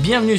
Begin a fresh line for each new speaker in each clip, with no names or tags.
Bienvenue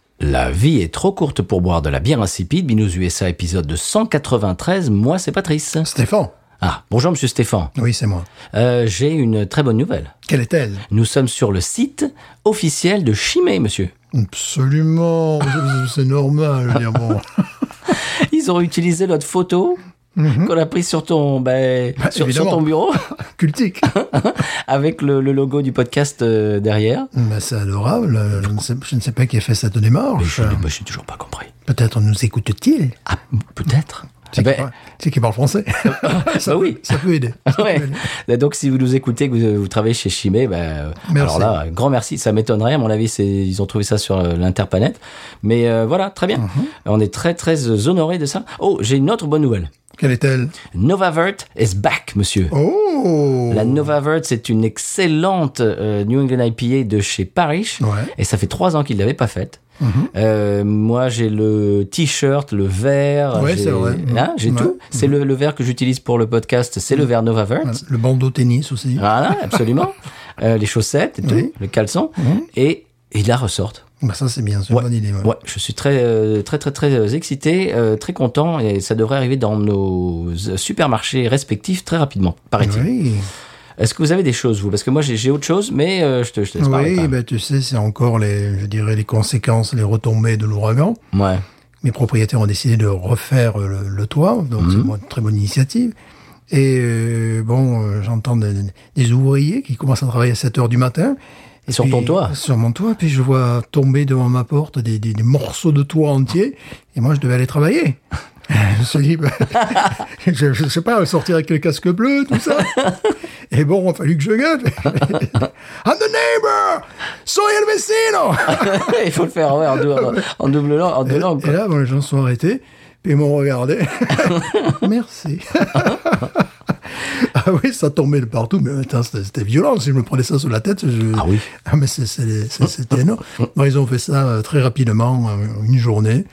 La vie est trop courte pour boire de la bière insipide. Binous USA épisode de 193. Moi, c'est Patrice.
Stéphane.
Ah, bonjour Monsieur Stéphane.
Oui, c'est moi.
Euh, J'ai une très bonne nouvelle.
Quelle est-elle
Nous sommes sur le site officiel de Chimay, monsieur.
Absolument. c'est normal. je veux dire, bon.
Ils ont utilisé notre photo qu'on a prise sur ton, ben,
Mhm. Bah,
sur, sur
évidemment.
ton bureau
Cultique.
avec le, le logo du podcast euh, derrière.
Bah, c'est adorable. Je ne, sais, je ne sais pas qui a fait cette démarche.
Oh, Je n'ai toujours pas compris.
Peut-être nous écoute-t-il
Ah, peut-être.
C'est
Ben,
qui parle- c'est qui parle français. ça,
bah
peut-
oui.
ça peut aider.
ouais. Ben, Donc, si vous nous écoutez, que vous, vous travaillez chez Chimay, ben, euh,
Merci.
alors là, grand merci. Ça m'étonnerait, à mon avis, c'est- ils ont trouvé ça sur euh, l'interplanet. Mais euh, voilà, très bien.
Mhm.
On est très, très euh, honorés de ça. Oh, j'ai une autre bonne nouvelle.
Quelle est-elle
Novavert is back, monsieur.
Oh
La Novavert, c'est une excellente euh, New England IPA de chez Parrish.
Ouais.
Et ça fait trois ans qu'il ne l'avait pas faite.
Mhm.
Euh, moi, j'ai le t-shirt, le verre.
Ouais,
j'ai-
c'est vrai.
hein, j'ai
Ouais. Mhm.
tout. C'est le, le verre que j'utilise pour le podcast, c'est le verre Novavert.
Voilà. Le bandeau tennis aussi.
Voilà, absolument. Euh, les chaussettes et tout,
Oui.
le caleçon. Et il la ressorte.
Bah, ça, c'est bien. C'est une bonne idée. ouais.
Ouais, je suis très, euh, très, très, très euh, excité, euh, très content. Et ça devrait arriver dans nos euh, supermarchés respectifs très rapidement, paraît-il.
Oui,
Est-ce que vous avez des choses, vous Parce que moi, j'ai j'ai autre chose, mais euh, je te, je te laisse parler.
oui
quand même.
bah, tu sais, c'est encore les, je dirais, les conséquences, les retombées de l'ouragan.
Ouais.
mes propriétaires ont décidé de refaire euh, le, le toit, donc
Mhm.
c'est une très bonne initiative. Et euh, bon, euh, j'entends des, des ouvriers qui commencent à travailler à 7 heures du matin. Et
Sur
puis-
ton toit
Sur mon toit, puis je vois tomber devant ma porte des, des- des morceaux de toit entiers, et moi je devais aller travailler. je me suis dit, bah, je, je sais pas, sortir avec le casque bleu, tout ça. Et bon, il a fallu que je gueule. I'm the neighbor! Soy el vecino!
Il faut le faire ouais, en, dou- en- en double langue. En deux
Et,
langues,
et
quoi.
là, bon, les gens se sont arrêtés, puis ils m'ont regardé. Merci. ah oui, ça tombait de partout, mais attends, c'était c'était violent. Si je me prenais ça sur la tête, je...
Ah oui.
Ah, mais c'est- c'est- c'est- c'était énorme. Bon, ils ont fait ça euh, très rapidement, euh, une journée.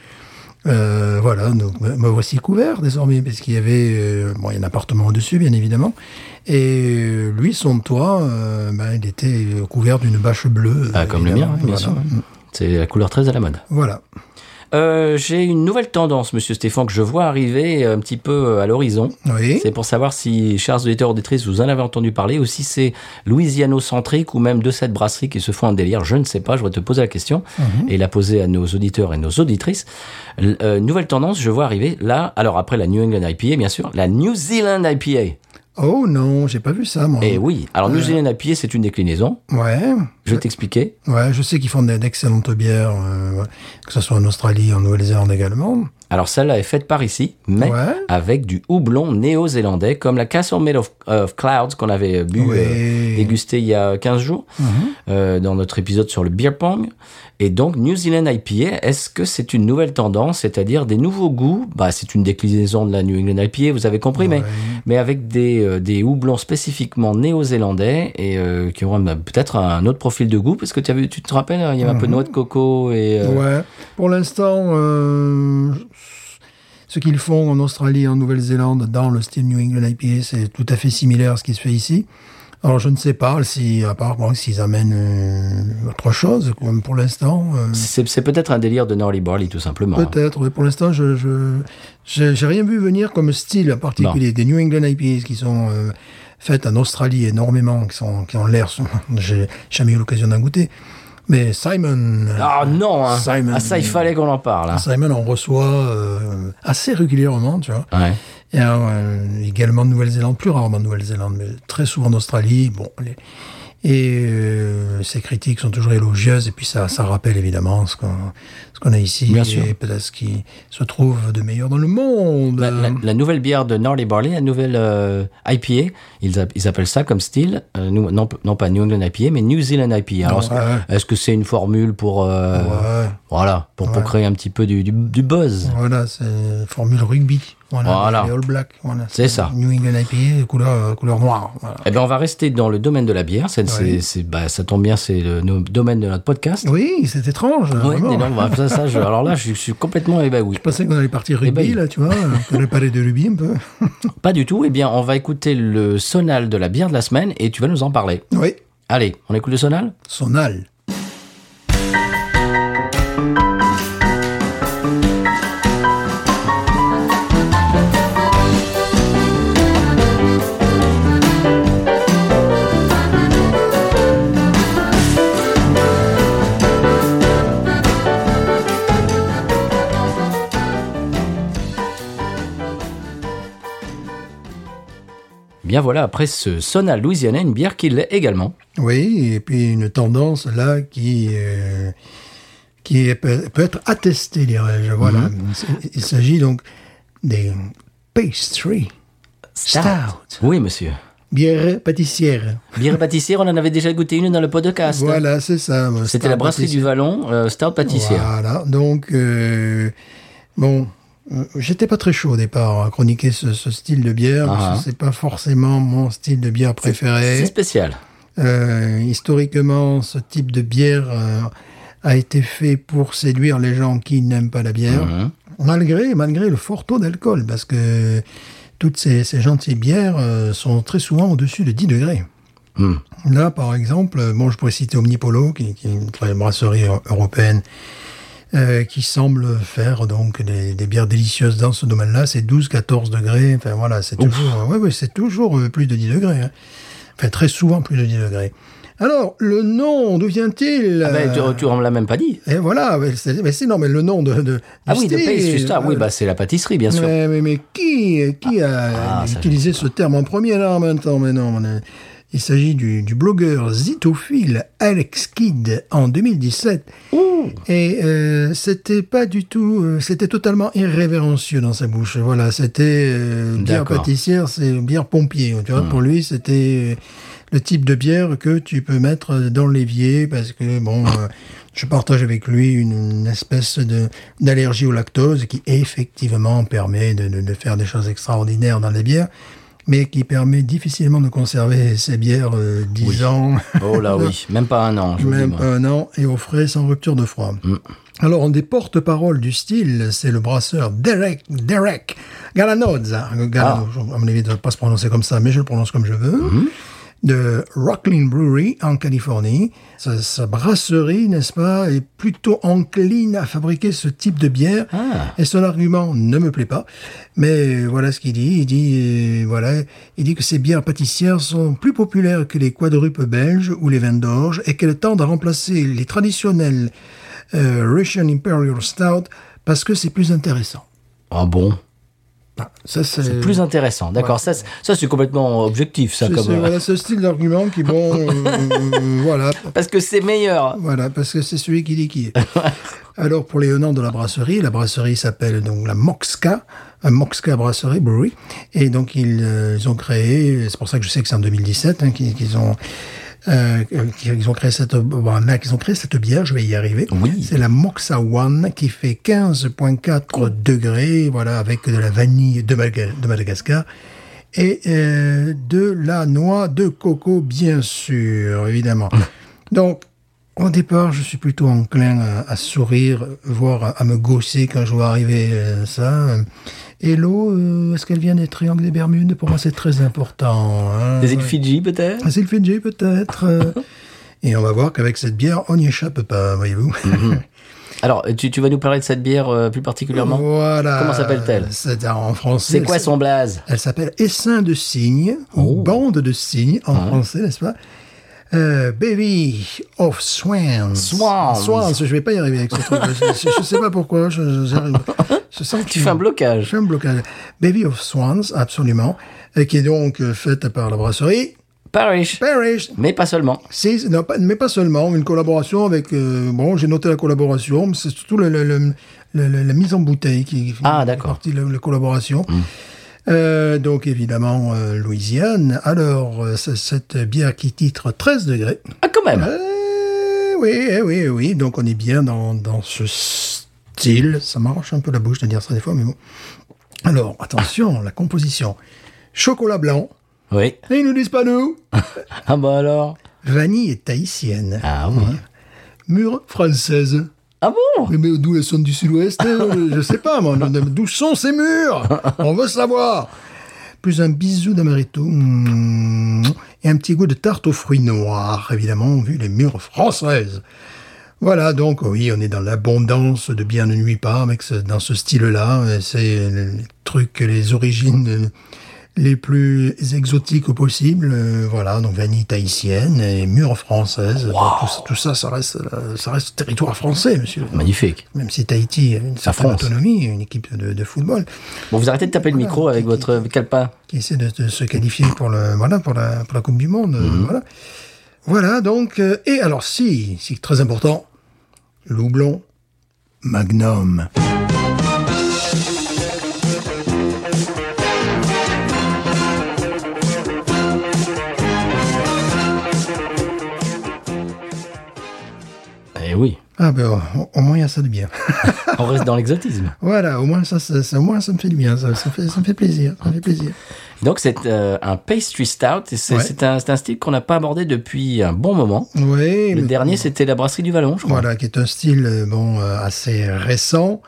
Euh, voilà, donc me me voici couvert désormais, parce qu'il y avait euh, bon, il y a un appartement au-dessus, bien évidemment. Et euh, lui, son toit, euh, ben, il était couvert d'une bâche bleue.
Ah, comme le mien,
bah, évidemment,
bien
voilà.
sûr. C'est la couleur très à la mode.
Voilà.
Euh, J'ai une nouvelle tendance, monsieur Stéphane, que je vois arriver euh, un petit peu à l'horizon.
Oui.
C'est pour savoir si, chers auditeurs auditrices, vous en avez entendu parler ou si c'est louisiano-centrique ou même de cette brasserie qui se font un délire. Je ne sais pas, je vais te poser la question
Mhm.
et la poser à nos auditeurs et nos auditrices. L- euh, nouvelle tendance, je vois arriver là, alors après la New England IPA, bien sûr, la New Zealand IPA.
Oh non, j'ai pas vu ça, moi.
Et Eh oui, alors
Euh.
New Zealand IPA, c'est une déclinaison.
Ouais,
Je vais t'expliquer.
ouais, je sais qu'ils font des- d'excellentes bières, euh, ouais, que ce soit en Australie, en Nouvelle-Zélande également.
Alors celle-là est faite par ici, mais
Ouais.
avec du houblon néo-zélandais, comme la Castle Made of, of Clouds qu'on avait bu,
Ouais. Mhm.
euh, dégusté il y a 15 jours, euh, dans notre épisode sur le beer pong. Et donc New Zealand IPA, est-ce que c'est une nouvelle tendance, c'est-à-dire des nouveaux goûts Bah c'est une déclinaison de la New England IPA, vous avez compris, mais mais avec des, euh, des houblons spécifiquement néo-zélandais et euh, qui auront bah, peut-être un autre profil de goût, parce que tu, avais, tu te rappelles, hein, il y avait un peu de noix de coco et euh,
Mhm. Ouais. Pour l'instant, euh, ce qu'ils font en Australie, et en Nouvelle-Zélande, dans le style New England IPA, c'est tout à fait similaire à ce qui se fait ici. Alors je ne sais pas si, à part bon, s'ils amènent euh, autre chose, comme pour l'instant. euh,
C'est c'est peut-être un délire de Norley Barley, tout simplement.
Peut-être, oui. Pour l'instant, je, je, j'ai j'ai rien vu venir comme style en particulier. Des New England IPAs qui sont euh, faites en Australie énormément, qui sont, qui ont l'air, j'ai jamais eu l'occasion d'en goûter. Mais Simon,
Ah non, hein.
Simon.
Ah, ça, il fallait qu'on en parle. hein.
Simon, on reçoit euh, assez régulièrement, tu vois.
Ouais.
Et alors, euh, également de Nouvelle-Zélande, plus rarement de Nouvelle-Zélande, mais très souvent d'Australie. Bon, les, Et euh, ces critiques sont toujours élogieuses, et puis ça, ça rappelle évidemment ce qu'on ce qu'on a ici,
Bien
et
sûr.
peut-être ce qui se trouve de meilleur dans le monde.
La, la- la nouvelle bière de Gnarly Barley, la nouvelle euh, IPA, ils, app- ils appellent ça comme style, euh, nou- non, p- non pas New England IPA, mais New Zealand IPA. Alors, est-ce-
Ah Ouais.
est-ce que c'est une formule pour, euh,
Ouais.
voilà, pour, pour
Ouais.
créer un petit peu du, du- du buzz
Voilà, c'est formule rugby. Voilà.
Voilà.
Les All Black. Voilà.
C'est ça.
New England IPA, couleur, euh, couleur noire. Voilà.
Eh bien, on va rester dans le domaine de la bière. C'est, c'est-
Oui.
c'est- bah, ça tombe bien, c'est le no- domaine de notre podcast.
Oui, c'est étrange.
Ouais,
vraiment.
dis donc, bah, ça, ça, je- alors là, je, suis complètement ébaoui.
Je pensais qu'on allait partir rugby,
ben,
là, tu vois. On allait parler de rugby un peu.
Pas du tout. Eh bien, on va écouter le sonal de la bière de la semaine et tu vas nous en parler.
Oui,
Allez, on écoute le sonal
Sonal.
Eh Bien voilà, après ce sonal louisianais, une bière qui l'est également.
Oui, et puis une tendance, là, qui, euh, qui est- peut, peut être attestée, dirais-je. Voilà.
Mm-hmm.
C'est- Il s'agit donc des pastry. Stout.
Oui, monsieur.
Bière pâtissière.
Bière pâtissière, on en avait déjà goûté une dans le podcast.
Voilà, c'est ça.
Ah, C'était la
Stout
brasserie du Vallon, euh, Stout pâtissière.
Voilà, donc, euh, bon, euh, j'étais pas très chaud au départ à chroniquer ce, ce style de bière,
Ah,
parce
ah.
que c'est pas forcément mon style de bière
C'est
préféré.
spécial.
Euh, historiquement, ce type de bière euh, a été fait pour séduire les gens qui n'aiment pas la bière,
Mhm.
malgré, malgré le fort taux d'alcool, parce que toutes ces, ces gentilles bières euh, sont très souvent au-dessus de 10 degrés.
Hmm.
Là, par exemple, euh, bon, je pourrais citer Omnipolo, qui, qui est une très brasserie eu- européenne, euh, qui semble faire donc des, des bières délicieuses dans ce domaine-là. C'est 12-14 degrés. Enfin voilà, c'est toujours, euh, ouais, ouais, c'est toujours euh, plus de 10 degrés. hein. Enfin, très souvent plus de 10 degrés. Alors, le nom, d'où vient-il
Ah ben, tu, tu,
Euh,
on me l'a même pas dit.
Et voilà, ouais, c'est mais c'est- non, mais le nom de. de
Ah
du
oui, de
style,
Pastry Stout, oui,
euh,
bah, c'est la pâtisserie, bien sûr.
mais, mais, mais qui, qui a
Ah, ça,
utilisé ce terme en premier là en même temps Mais non, on est- il s'agit du, du blogueur zitophile Alex Kidd en 2017. Et euh, c'était pas du tout, euh, c'était totalement irrévérencieux dans sa bouche. Voilà, c'était euh, bière
D'accord.
pâtissière, c'est bière pompier. Tu vois, pour lui, c'était euh, le type de bière que tu peux mettre dans l'évier parce que bon, euh, je partage avec lui une, une espèce de d'allergie au lactose qui effectivement permet de, de- de faire des choses extraordinaires dans les bières. Mais qui permet difficilement de conserver ces bières euh, 10 ans,
Oh là oui, même pas un an. je vous
même
dis, moi.
un an, et au frais sans rupture de froid. Alors, un des porte-parole du style, c'est le brasseur Derek, Derek Galanoza. Galano, je- À mon avis, il ne doit pas se prononcer comme ça, mais je le prononce comme je veux. De Rockland Brewery en Californie. Sa, sa brasserie, n'est-ce pas, est plutôt encline à fabriquer ce type de bière.
Ah.
Et son argument ne me plaît pas. Mais euh, voilà ce qu'il dit. Il dit, euh, voilà, il dit que ces bières pâtissières sont plus populaires que les quadrupes belges ou les vins d'orge et qu'elles tendent à remplacer les traditionnels euh, Russian Imperial Stout parce que c'est plus intéressant.
Ah bon
Ah, Ça, c'est.
C'est plus intéressant, d'accord. Ça, c'est- ça c'est complètement objectif, ça,
c'est-
comme.
c'est-
euh,
Voilà ce style d'argument qui, bon, euh, voilà,
Parce que c'est meilleur.
Voilà, parce que c'est celui qui dit qui est. Alors, pour les noms de la brasserie, la brasserie s'appelle donc la Moxca, euh, Moxca Brasserie Brewery. Et donc, ils, euh, ils ont créé, c'est pour ça que je sais que c'est en 2017 hein, qu'ils qu'ils ont, euh, qu'ils ont créé cette, bon, là, qu'ils ont créé cette bière, je vais y arriver.
Oui.
C'est la Moxa One qui fait 15,4 degrés, voilà, avec de la vanille de, Malga- de Madagascar et euh, de la noix de coco, bien sûr, évidemment. Donc, au départ, je suis plutôt enclin à, à sourire, voire à, à me gausser quand je vois arriver euh, ça. Et l'eau, euh, est-ce qu'elle vient des triangles des Bermudes Pour moi, c'est très important. hein.
Des îles Fidji, peut-être
Ah, c'est le Fidji, peut-être. euh. et on va voir qu'avec cette bière, on n'y échappe pas, voyez-vous.
Alors, tu, tu vas nous parler de cette bière euh, plus particulièrement
voilà.
Comment s'appelle-t-elle
Oh, C'est en français.
C'est quoi son Oh. blaze
Elle s'appelle Essaim de cygne, ou Bande de cygne
Hein.
en français, n'est-ce pas euh, Baby of Swans.
Swans.
Swans, je vais pas y arriver avec ce truc. je, je- je sais pas pourquoi, je, je, j'arrive- je sens que
Tu fais un
Je
blocage.
fais un blocage. Baby of Swans, absolument, et qui est donc euh, faite par la brasserie
Parish.
Parrish,
Mais pas seulement.
c'est- non, pas- mais pas seulement, une collaboration avec... euh, bon, j'ai noté la collaboration, mais c'est surtout le- le- le- le- le- la mise en bouteille qui qui
Ah,
fait
d'accord. Hmm.
partie de la, la collaboration. Euh, donc, évidemment, euh, Louisiane. Alors, euh, c'est cette bière qui titre 13 degrés.
Ah, quand même.
Euh, oui, eh oui, eh oui. Donc on est bien dans, dans ce style. Ça m'arrache un peu la bouche de dire ça des fois, mais bon. Alors, attention, la composition. Chocolat blanc.
Oui.
Et ils nous disent pas nous.
Ah bah alors.
Vanille est tahitienne.
Ah oui.
Mûre française.
Ah bon
Mais, mais d'où elles sont du sud-ouest euh, Je sais pas, moi. D'où sont ces murs On veut savoir. Plus un bisou d'amaretto. mm, Et un petit goût de tarte aux fruits noirs, évidemment, vu les murs françaises. Voilà, donc oui, on est dans l'abondance de bien ne nuit pas, avec ce- dans ce style-là. Euh, C'est le le truc, les origines euh, les plus exotiques possibles. Euh, Voilà, donc vanille tahitienne et mûre française. Tout, ça- tout ça, ça reste, euh, ça reste territoire français, monsieur
Magnifique.
même si Tahiti a une certaine
France.
autonomie, une équipe de, de football
Bon, vous arrêtez de taper le micro avec votre calepin.
qui essaie de, de se qualifier pour le voilà pour la, pour la Coupe du Monde, euh, voilà. Voilà donc euh, et alors si si très important, le houblon Magnum.
Eh oui.
Ah ben au, au moins il y a ça de bien.
On reste dans l'exotisme.
voilà, au moins ça, ça, ça- au moins ça me fait du bien, ça, ça fait ça me fait plaisir, ça me fait plaisir.
Donc, c'est euh, un pastry stout. et C'est
Ouais.
c'est un, c'est un style qu'on n'a pas abordé depuis un bon moment.
Oui,
Le
mais-
dernier, c'était la brasserie du Vallon, je crois.
Voilà, qui est un style euh, bon euh, assez récent,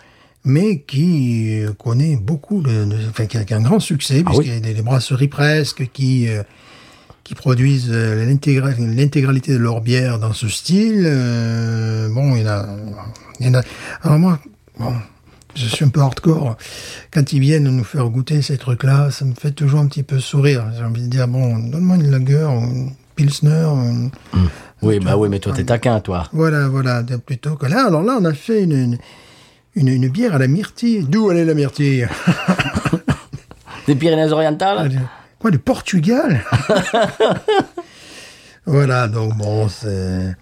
mais qui euh, connaît beaucoup de, de- enfin qui a, qui a un grand succès
Ah
puisqu'il y a des, des brasseries presque qui euh, qui produisent euh, l'intégra- l'intégralité de leur bière dans ce style. Euh, bon, il y en a, il y en a. Alors moi, bon, je suis un peu hardcore. Quand ils viennent nous faire goûter ces trucs-là, ça me fait toujours un petit peu sourire. J'ai envie de dire bon, donne-moi une lager, ou une pilsner. ou une-
Oui, bah oui, mais toi, t'es taquin, toi.
voilà, voilà, de- plutôt que là. Alors là, on a fait une, une, une- une bière à la myrtille. D'où elle est la myrtille
Des Pyrénées-Orientales
Quoi, du Portugal Voilà, donc bon, c'est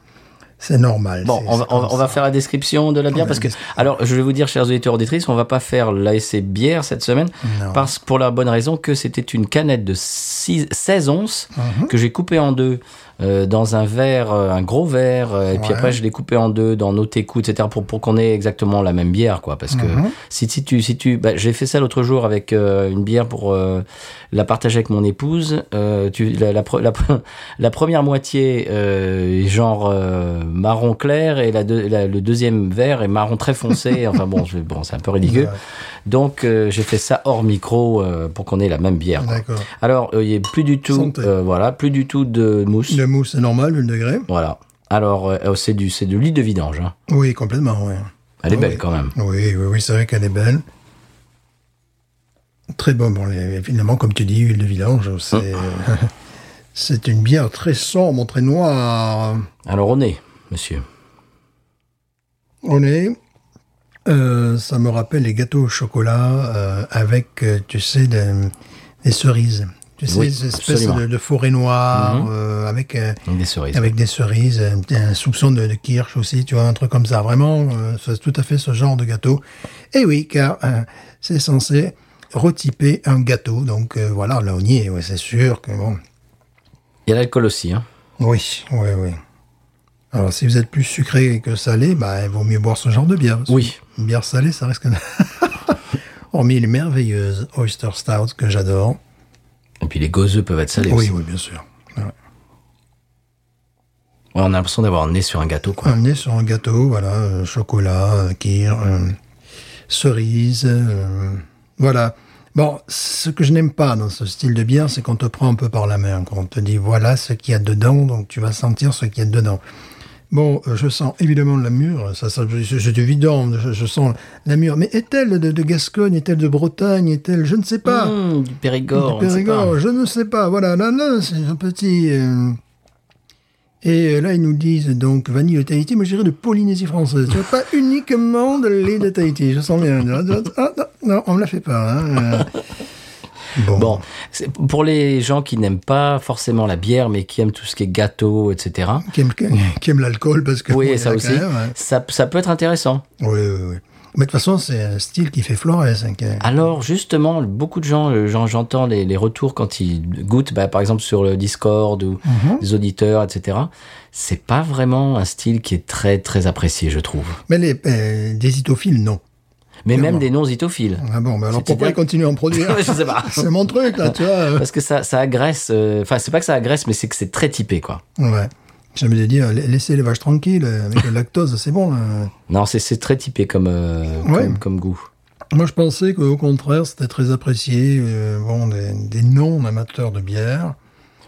c'est normal.
Bon,
c'est-
on va,
c'est
on
comme
va- on va
ça.
faire la description de la bière
va
parce que,
la description.
alors, je vais vous dire, chers auditeurs auditrices, on va pas faire l'ASC bière cette semaine
Non.
parce pour la bonne raison que c'était une canette de six- 16 onces que j'ai coupée en deux euh, dans un verre, euh, un gros verre, euh, et puis
Ouais.
après je l'ai coupée en deux dans nos técous, etc. pour, pour qu'on ait exactement la même bière, quoi. Parce que si, si tu, si tu, bah, j'ai fait ça l'autre jour avec euh, une bière pour euh, la partager avec mon épouse. Euh, tu, la, la, pre- la pre- la première moitié euh, est genre euh, marron clair et la deux- la- le deuxième verre est marron très foncé. enfin bon, je- bon c'est un peu ridicule. Donc euh, j'ai fait ça hors micro euh, pour qu'on ait la même bière. quoi.
D'accord.
Alors euh, il n'y a plus du tout,
Santé.
euh, voilà, plus du tout de mousse.
Le mousse, c'est normal, vu le degré
Voilà. Alors euh, c'est du c'est du lit de vidange. hein.
Oui, complètement, oui.
Elle est
Ah
belle
oui.
quand même.
Oui, oui, oui, c'est vrai qu'elle est belle. Très bon, bon, les- finalement, comme tu dis, huile de vidange, c'est...
Ah.
C'est une bière très sombre, très noire.
Alors au nez, monsieur.
On est. euh, ça me rappelle les gâteaux au chocolat euh, avec, euh, tu sais, des, des cerises. Tu sais,
Oui,
ces espèces
absolument. Mhm.
de, de forêt noire euh, avec, euh,
Avec des cerises.
avec des cerises, un, petit- un soupçon de, de kirsch aussi, tu vois, un truc comme ça. Vraiment, euh, c'est tout à fait ce genre de gâteau. Et oui, car euh, c'est censé retyper un gâteau. Donc euh, voilà, là on y est, ouais, c'est sûr que bon.
Il y a l'alcool aussi. Hein.
Oui, oui, oui. Alors, si vous êtes plus sucré que salé, bah, il vaut mieux boire ce genre de bière. parce
Oui.
que Une bière salée, ça risque de... Hormis les merveilleuses Oyster Stout que j'adore.
Et puis les gozeux peuvent être salés.
Oui,
aussi.
oui, bien sûr.
Ouais, on a l'impression d'avoir un nez sur un gâteau quoi.
Amené sur un gâteau, voilà, euh, chocolat, euh, kir, euh, cerise, euh, voilà. Bon, ce que je n'aime pas dans ce style de bière, c'est qu'on te prend un peu par la main, qu'on te dit voilà ce qu'il y a dedans, donc tu vas sentir ce qu'il y a dedans. Bon, euh, je sens évidemment la mûre, ça, ça c'est c'est évident, je, je sens la mûre. Mais est-elle de, de Gascogne, est-elle de Bretagne, est-elle, je ne sais pas.
Mmh, du Périgord.
Ah.
on ne
Du
sait pas.
Périgord, je ne sais pas. Voilà, là, là, c'est un petit. euh, Et euh, là, ils nous disent donc vanille de Tahiti, mais je dirais de Polynésie française. Tu vois, pas ah, uniquement de l'île de Tahiti, je sens bien. Ah, non, non, on me la fait pas. hein. Euh, Bon.
Bon, c'est- pour les gens qui n'aiment pas forcément la bière, mais qui aiment tout ce qui est gâteau, etc.
Qui aime, qui aime l'alcool parce que.
Oui,
bon, il y en
ça
a
aussi.
quand même, hein.
Ça, ça peut être intéressant.
Oui, oui, oui. Mais de toute façon, c'est un style qui fait Flores. hein, qui-
Alors justement, beaucoup de gens, euh, j'en- j'entends les, les retours quand ils goûtent, bah, par exemple sur le Discord ou les auditeurs, etc. C'est pas vraiment un style qui est très très apprécié, je trouve.
Mais les, euh, des itophiles, non.
Mais
Clairement.
même des non-itophiles.
Ah bon, mais alors
C'est-à-dire-
pourquoi ils continuent à en produire
je sais pas.
C'est mon truc, là, tu vois. euh,
Parce que ça, ça agresse. euh, Enfin, c'est pas que ça agresse, mais c'est que c'est très typé, quoi.
Ouais. J'aime bien dire, la- laissez les vaches tranquilles, euh, avec le lactose, c'est bon. euh. là.
Non, c'est- c'est très typé comme, euh,
Ouais.
comme, comme goût.
Moi, je pensais qu'au contraire, c'était très apprécié euh, bon, des, des non-amateurs de bière.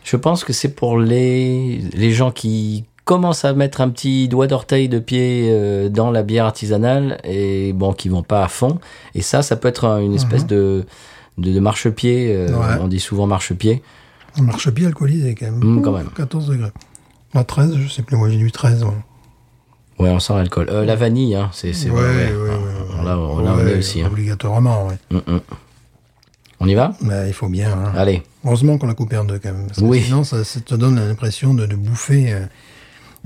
Je pense que c'est pour les, les gens qui commencent à mettre un petit doigt d'orteil de pied euh, dans la bière artisanale et bon, qui vont pas à fond. Et ça, ça peut être un- une espèce de, de, de marchepied. euh,
Ouais.
On dit souvent marchepied.
On marche bien alcoolisé, quand même.
Mm, quand même.
14 degrés. Moi, 13, je sais plus, moi j'ai du 13. Ouais,
Ouais, on sent l'alcool. Euh, la vanille, hein, c'est c'est
ouais,
ouais,
ouais, ouais,
Alors Là, on, là, on
Ouais,
est aussi. hein.
Obligatoirement, ouais.
On y va
Mais il faut bien. hein.
Allez.
Heureusement qu'on l'a coupé en deux quand même. Parce que
Oui.
Sinon, ça, ça te donne l'impression de, de bouffer euh,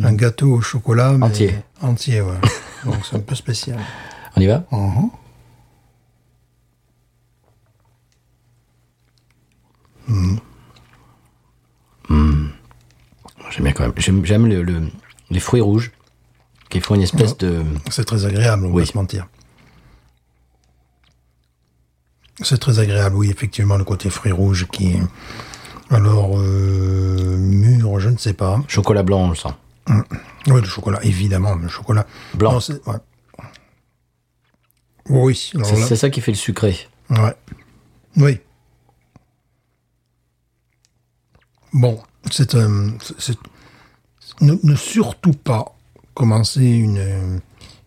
un gâteau au chocolat. mais-
Entier.
Entier, ouais. Donc c'est un peu spécial.
On y va
Mhm.
J'aime bien quand même. J'aime- J'aime le, le- les fruits rouges qui font une espèce de.
C'est très agréable, on va
Oui.
pas se mentir. C'est très agréable, oui, effectivement, le côté fruits rouges qui. Alors, euh, mûr, je ne sais pas.
Chocolat blanc, on le sent.
Oui, le chocolat, évidemment, le chocolat.
Blanc.
Non, c'est- ouais. Oui, alors
C'est
là-
c'est ça qui fait le sucré.
Ouais. Oui. Bon, c'est un. c'est- c'est- Ne, ne surtout pas commencer une euh,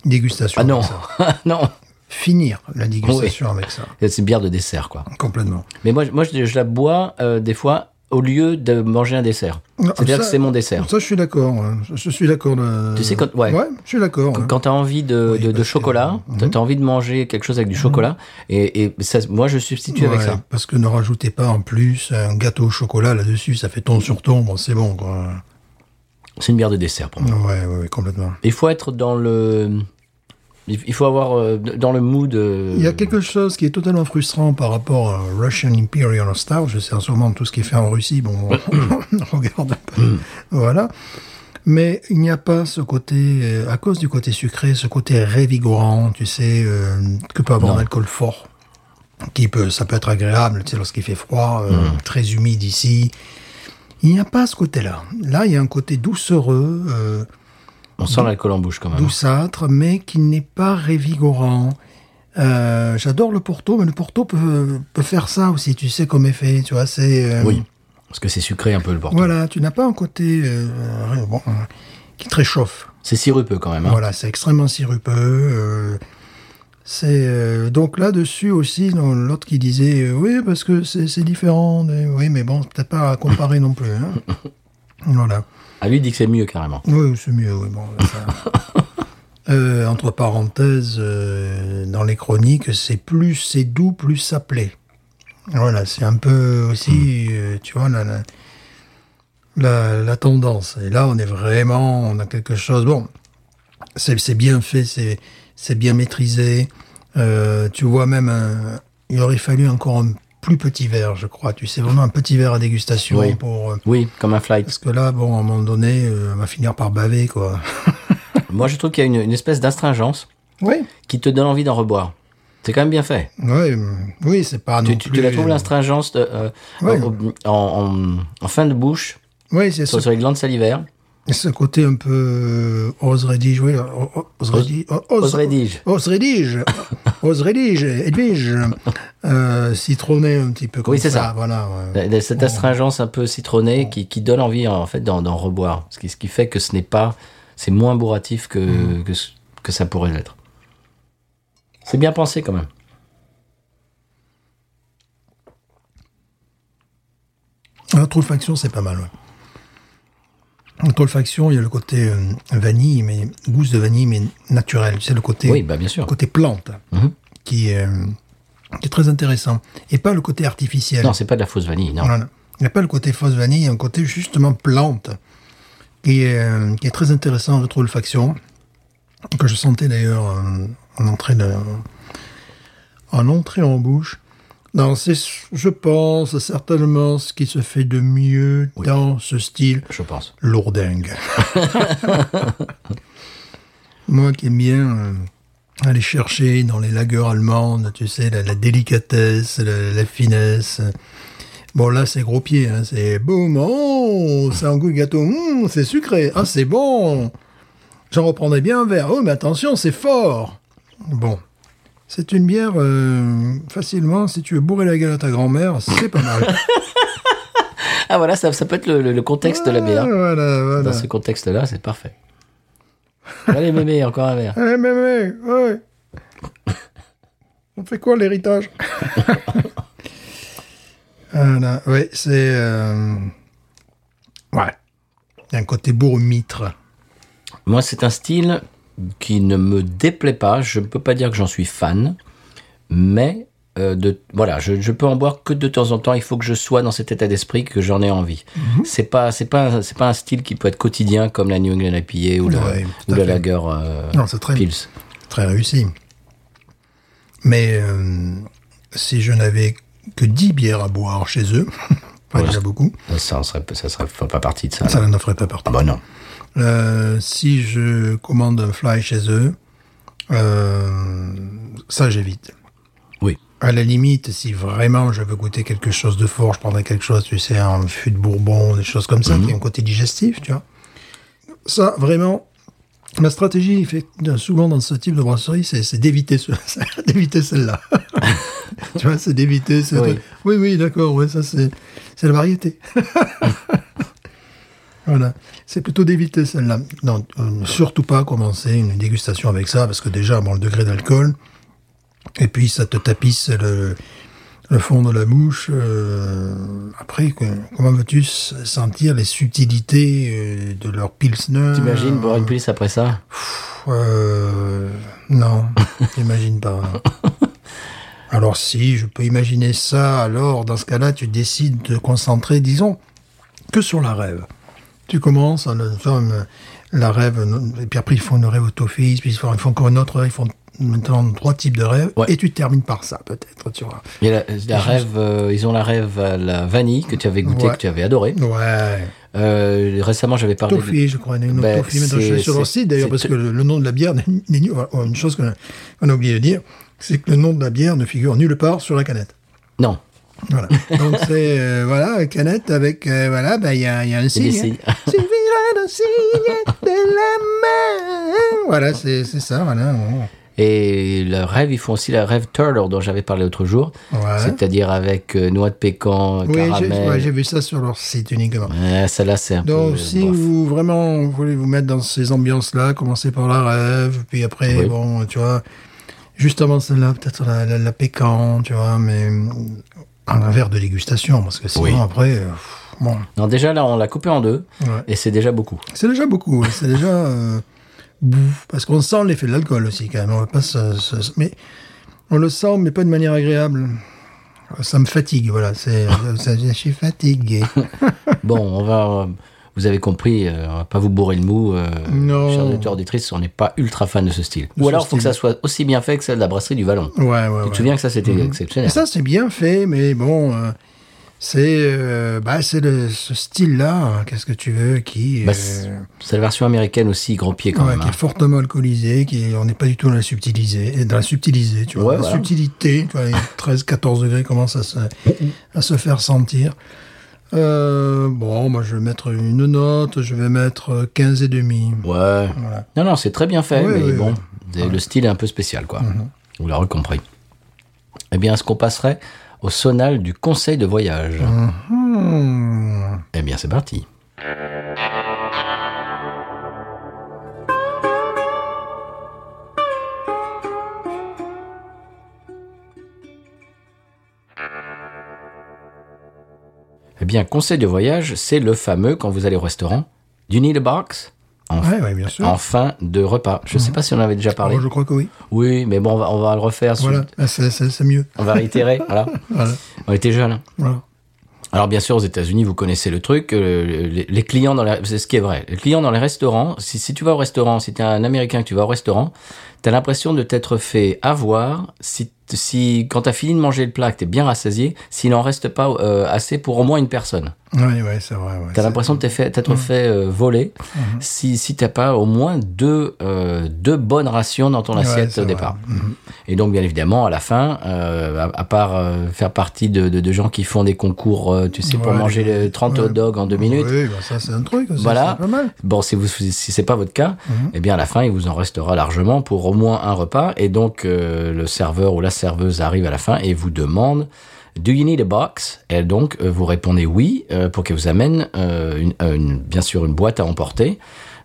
dégustation.
Ah non,
avec ça.
non,
Finir la dégustation avec ça.
c'est une bière de dessert quoi.
Complètement.
Mais moi, je- moi je, je la bois euh, des fois au lieu de manger un dessert.
Non,
C'est-à-dire
ça-
que c'est mon dessert.
Ça, je suis d'accord. hein. Je, je suis d'accord. de-
Tu sais, quand- ouais.
je suis d'accord. hein.
Quand tu as envie de,
Oui,
de- de
parce que- Mhm.
chocolat, tu as envie de manger quelque chose avec du chocolat, et, et ça, moi je substitue avec
Ouais,
ça.
Parce que ne rajoutez pas en plus un gâteau au chocolat là-dessus, ça fait ton sur ton. Bon, c'est bon, quoi.
C'est une bière de dessert pour moi.
Ouais, ouais, ouais, complètement.
Il faut être dans le. Il il faut avoir euh, dans le mood. euh,
Il y a quelque chose qui est totalement frustrant par rapport à Russian Imperial Star. Je sais en ce moment tout ce qui est fait en Russie. Bon, on regarde un peu. voilà. Mais il n'y a pas ce côté, euh, à cause du côté sucré, ce côté révigorant, tu sais, euh, que peut avoir
Non.
un alcool fort. Qui peut, ça peut être agréable, tu sais, lorsqu'il fait froid, euh, très humide ici. Il n'y a pas ce côté-là. Là, il y a un côté doucereux, euh,
On sent l'alcool en bouche quand même.
douceâtre, mais qui n'est pas révigorant. Euh, J'adore le Porto, mais le Porto peut, peut faire ça aussi, tu sais, comme effet, tu vois, c'est... euh,
Oui, parce que c'est sucré un peu le porto.
Voilà, tu n'as pas un côté euh, ré- bon, euh, qui te réchauffe.
C'est sirupeux quand même. hein.
Voilà, c'est extrêmement sirupeux. euh, c'est euh, donc là-dessus aussi, dans l'autre qui disait euh, oui parce que c'est c'est différent. des- oui, mais bon, c'est peut-être pas à comparer non plus. hein. Voilà.
Ah, lui il dit que c'est mieux carrément.
Oui, c'est mieux, oui. Bon, ça- Euh, entre parenthèses, euh, dans les chroniques, c'est plus c'est doux, plus ça plaît. Voilà, c'est un peu aussi, euh, tu vois, la, la, la- la tendance. Et là, on est vraiment, on a quelque chose. Bon, c'est c'est bien fait, c'est c'est bien maîtrisé. Euh, tu vois même, un- il aurait fallu encore un plus petit verre, je crois. Tu sais, vraiment un petit verre à dégustation
Oui.
pour. euh,
Oui, comme un flight.
parce que là, bon, à un moment donné, euh, on va finir par baver, quoi.
Moi je trouve qu'il y a une, une espèce d'astringence
Oui.
qui te donne envie d'en reboire. C'est quand même bien fait.
Oui, mm, oui c'est pas non
Tu, tu- tu la
plus-
trouves l'astringence de, euh,
Ouais.
au- au- en, en- en fin de bouche,
euh, Oui, c'est
sur,
ce,
sur les glandes salivaires.
ce côté un peu euh, ose rédige, oui, o- o- ose rédige, o-
Ose rédige.
ose rédige, ose rédige, Edwige, euh, citronné un petit peu comme
Oui, c'est ça.
voilà. ouais.
La- la- Cette astringence un peu citronnée qui, qui donne envie en fait d'en, d'en reboire. Ce qui, ce qui fait que ce n'est pas. C'est moins bourratif que,
Hmm.
que, ce- que ça pourrait l'être. C'est bien pensé quand même.
L'outrefaction, Ah, c'est pas mal, ouais. L'outrefaction, il y a le côté euh, vanille, mais gousse de vanille, mais naturel. C'est le côté,
Oui, bah bien sûr.
le côté plante, qui est euh, qui est très intéressant. Et pas le côté artificiel.
Non, c'est pas de la fausse vanille, non.
Voilà. Il n'y a pas le côté fausse vanille, il y a un côté justement plante, qui est, euh, qui est très intéressant en rétro-olfaction, que je sentais d'ailleurs euh, en, entrée de- en entrée en bouche. Non, c'est, je pense, certainement ce qui se fait de mieux dans ce style
Je pense.
lourdingue. Moi qui aime bien euh, aller chercher dans les lagueurs allemandes, tu sais, la, la délicatesse, la, la finesse. Bon, là, c'est gros pied, hein, c'est boum, oh, c'est un goût de gâteau, hum, c'est sucré, ah, c'est bon. J'en reprendrai bien un verre, oh, mais attention, c'est fort. Bon. C'est une bière, euh, facilement, si tu veux bourrer la gueule à ta grand-mère, c'est pas mal.
Ah voilà, ça, ça peut être le, le- le contexte de la bière.
Ah, voilà, voilà.
Dans ce contexte-là, c'est parfait. Allez, mémé, encore un verre.
Eh, mais, mais, ouais. On fait quoi l'héritage Voilà, ouais, c'est. euh, Ouais. Il y a un côté bourre-mitre.
Moi, c'est un style qui ne me déplaît pas. Je ne peux pas dire que j'en suis fan, mais euh, de, voilà, je, je peux en boire que de temps en temps. Il faut que je sois dans cet état d'esprit que j'en ai envie.
Mhm.
C'est pas, c'est pas, un- c'est pas un style qui peut être quotidien comme la New England IPA ou, le-
Ouais,
ou
tout à
la
fait.
Lager euh,
Non, c'est très,
Pils.
très réussi. Mais euh, si je n'avais que 10 bières à boire chez eux, pas déjà beaucoup,
Ça, en serait, ça serait ça ferait pas partie de ça.
ça n'en ferait pas partie.
Ah bah non.
Euh, si je commande un fly chez eux, euh, ça j'évite.
Oui.
À la limite, si vraiment je veux goûter quelque chose de fort, je prendrais quelque chose, tu sais, un fût de bourbon, des choses comme ça, qui ont un côté digestif, tu vois. Ça, vraiment, ma stratégie, fait, souvent dans ce type de brasserie, c'est c'est d'éviter ce- d'éviter celle-là. tu vois, c'est d'éviter ce
Oui.
truc. Oui, oui, d'accord, ouais, ça, c'est c'est la variété. Voilà, c'est plutôt d'éviter celle-là. Non, euh, surtout pas commencer une dégustation avec ça, parce que déjà, bon, le degré d'alcool, et puis ça te tapisse le, le fond de la bouche. euh, après, quoi, comment veux-tu s- sentir les subtilités euh, de leur pilsner
T'imagines boire une Pils après ça
euh, Non, j'imagine pas. non. Alors si, je peux imaginer ça, alors dans ce cas-là, tu décides de te concentrer, disons, que sur la rêve. Tu commences, en faisant une- la rêve, et puis après ils font une rêve au tofu, puis ils font, ils font encore une autre, ils font maintenant trois types de rêves,
Ouais.
et tu termines par ça peut-être, tu vois.
Il y a la, la rêve, euh, ils ont la rêve à la vanille que tu avais goûté,
Ouais.
que tu avais adoré.
Ouais.
Euh, récemment, j'avais parlé. du-
Toffee, je crois, il y en a une autre
Ben,
Toffee, maintenant, je
c'est-
suis sur leur
c'est-
site d'ailleurs,
c'est-
parce que le, le nom de la bière, n'est- n'est ni- oh, une chose qu'on a, qu'on a oublié de dire, c'est que le nom de la bière ne figure nulle part sur la canette.
Non,
Voilà. Donc c'est, euh, voilà, canette avec, euh, voilà, ben, il y, a- il y a un signe.
des
Suivira
signes.
le signe de la main. Voilà, c'est c'est ça, voilà.
Et le rêve, ils font aussi la rêve turtle dont j'avais parlé l'autre jour.
Ah Ouais.
C'est-à-dire avec euh, noix de pécan,
Oui, j'ai
caramel.
ouais, j'ai vu ça sur leur site uniquement.
Ouais, Celle-là, c'est un
Donc,
peu.
si
Euh, bof.
vous vraiment voulez vous mettre dans ces ambiances-là, commencez par la rêve, puis après,
Oui.
bon, tu vois, juste avant celle-là, peut-être la, la, la pécan, tu vois, mais mm, un verre de dégustation, parce que sinon,
Oui.
après, euh, pff, bon,
Non, déjà, là, on l'a coupé en deux.
ouais.
Et c'est déjà beaucoup.
c'est déjà beaucoup, hein, c'est déjà. euh, bouf, parce qu'on sent l'effet de l'alcool aussi, quand même, on va pas se- se- se- Mais on le sent, mais pas de manière agréable. Ça me fatigue, voilà, c'est, euh, ça- je suis fatigué.
Bon, on va. euh, Vous avez compris, euh, on va pas vous bourrer le mou. Euh,
Non.
Chers auditeurs, auditrices, on n'est pas ultra fan de ce style. Ou
ce
alors, il faut que
style.
ça soit aussi bien fait que celle de la brasserie du Vallon.
Ouais, ouais, ouais. Mhm.
Tu te souviens que ça, c'était exceptionnel.
Et ça, c'est bien fait, mais bon, euh, c'est euh, bah, c'est le- ce style-là, hein, qu'est-ce que tu veux, qui,
Bah,
euh,
c'est c'est la version américaine aussi, grand pied quand
ouais,
même.
qui est
hein.
fortement alcoolisé, qui on n'est pas du tout dans la subtilité, dans la subtilité, tu vois,
Ouais,
la
voilà.
subtilité, tu vois, les 13-14 degrés commencent à se, à se faire sentir. Euh, bon, moi je vais mettre une note, je vais mettre euh, 15 et demi.
Ouais. Non, non, c'est très bien fait,
Oui,
mais
oui,
bon,
oui. Mhm.
c'est- le style est un peu spécial, quoi. Vous l'aurez compris. Eh bien, est-ce qu'on passerait au sonal du conseil de voyage
Mhm. Hmm.
Eh bien, c'est parti. Eh bien, conseil de voyage, c'est le fameux, quand vous allez au restaurant, du need a box en,
Ouais, ouais, bien sûr.
en fin de repas. Je ne sais pas si on en avait déjà parlé.
Oh, je crois que oui.
Oui, mais bon, on va, on va le refaire. sur-
Voilà, Ah, c'est c'est- c'est mieux.
On va réitérer. voilà.
Voilà.
On était jeunes.
voilà.
Alors bien sûr, aux États-Unis, vous connaissez le truc. euh, les, les clients dans la, c'est ce qui est vrai. Les clients dans les restaurants. Si, si tu vas au restaurant, si t'es un Américain que tu vas au restaurant, t'as l'impression de t'être fait avoir. Si, t- si quand t'as fini de manger le plat, que t'es bien rassasié, s'il en reste pas euh, assez pour au moins une personne,
Ouais, ouais, c'est vrai. ouais.
t'as
C'est-
l'impression de t'être fait, t'être
Mhm.
fait euh, voler. Si, si t'as pas au moins deux euh, deux bonnes rations dans ton
Ouais,
assiette
c'est
au
vrai. Mhm.
départ. Et donc, bien évidemment, à la fin, euh, à, à part euh, faire partie de, de, de gens qui font des concours, euh, tu sais, pour
Ouais,
manger
les-
les 30
ouais.
hot dogs en deux minutes.
Oui, bah, ça, c'est un truc. ça,
Voilà.
C'est pas mal.
Bon, si vous si c'est pas votre cas, eh bien à la fin il vous en restera largement pour au moins un repas et donc euh, le serveur ou la serveuse arrive à la fin et vous demande Do you need a box Et donc euh, vous répondez oui euh, pour qu'elle vous amène euh, une, euh, une- bien sûr une boîte à emporter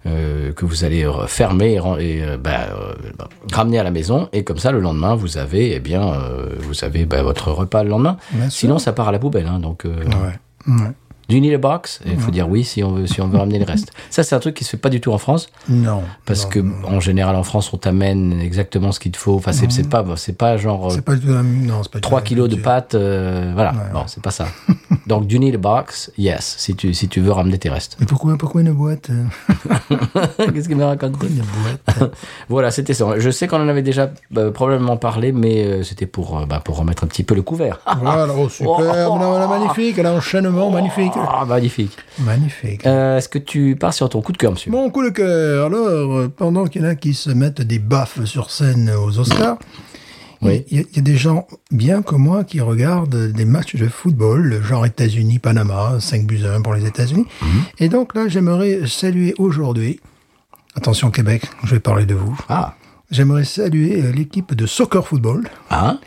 euh, que vous allez euh, fermer et, ren- et, euh, bah, euh, bah, ramener à la maison et comme ça le lendemain vous avez eh bien euh, vous avez bah, votre repas le lendemain.
Bien sûr.
Sinon ça part à la poubelle hein, donc euh,
Ouais. Ouais.
du need a box Il faut dire oui si on veut, si on veut ramener le reste. Ça, c'est un truc qui se fait pas du tout en France
Non.
parce
non,
que euh, en général en France on t'amène exactement ce qu'il te faut. Enfin, c'est c'est pas c'est pas genre euh,
C'est pas du tout la même. Non, c'est pas du tout
3
la même
kilos de
culture.
pâtes. euh, voilà, bon, c'est pas ça. Donc du need a box, yes, si tu si tu veux ramener tes restes.
Mais pourquoi, pourquoi une boîte euh,
Qu'est-ce qu'il me raconte
Une boîte.
Voilà, c'était ça. Je sais qu'on en avait déjà euh, probablement parlé, mais euh, c'était pour euh, bah, pour remettre un petit peu le couvert.
voilà, oh, super. voilà, voilà, magnifique. L'enchaînement, magnifique.
Ah, magnifique.
Magnifique.
Euh, Est-ce que tu pars sur ton coup de cœur, monsieur
Mon coup de cœur, alors, euh, pendant qu'il y en a qui se mettent des baffes sur scène aux Oscars,
Oui.
il y, a- il y a des gens bien comme moi qui regardent des matchs de football, genre États-Unis, Panama, 5 buts à 1 pour les États-Unis.
Mhm.
Et donc là, j'aimerais saluer aujourd'hui, attention Québec, je vais parler de vous,
Ah,
j'aimerais saluer euh, l'équipe de soccer football
hein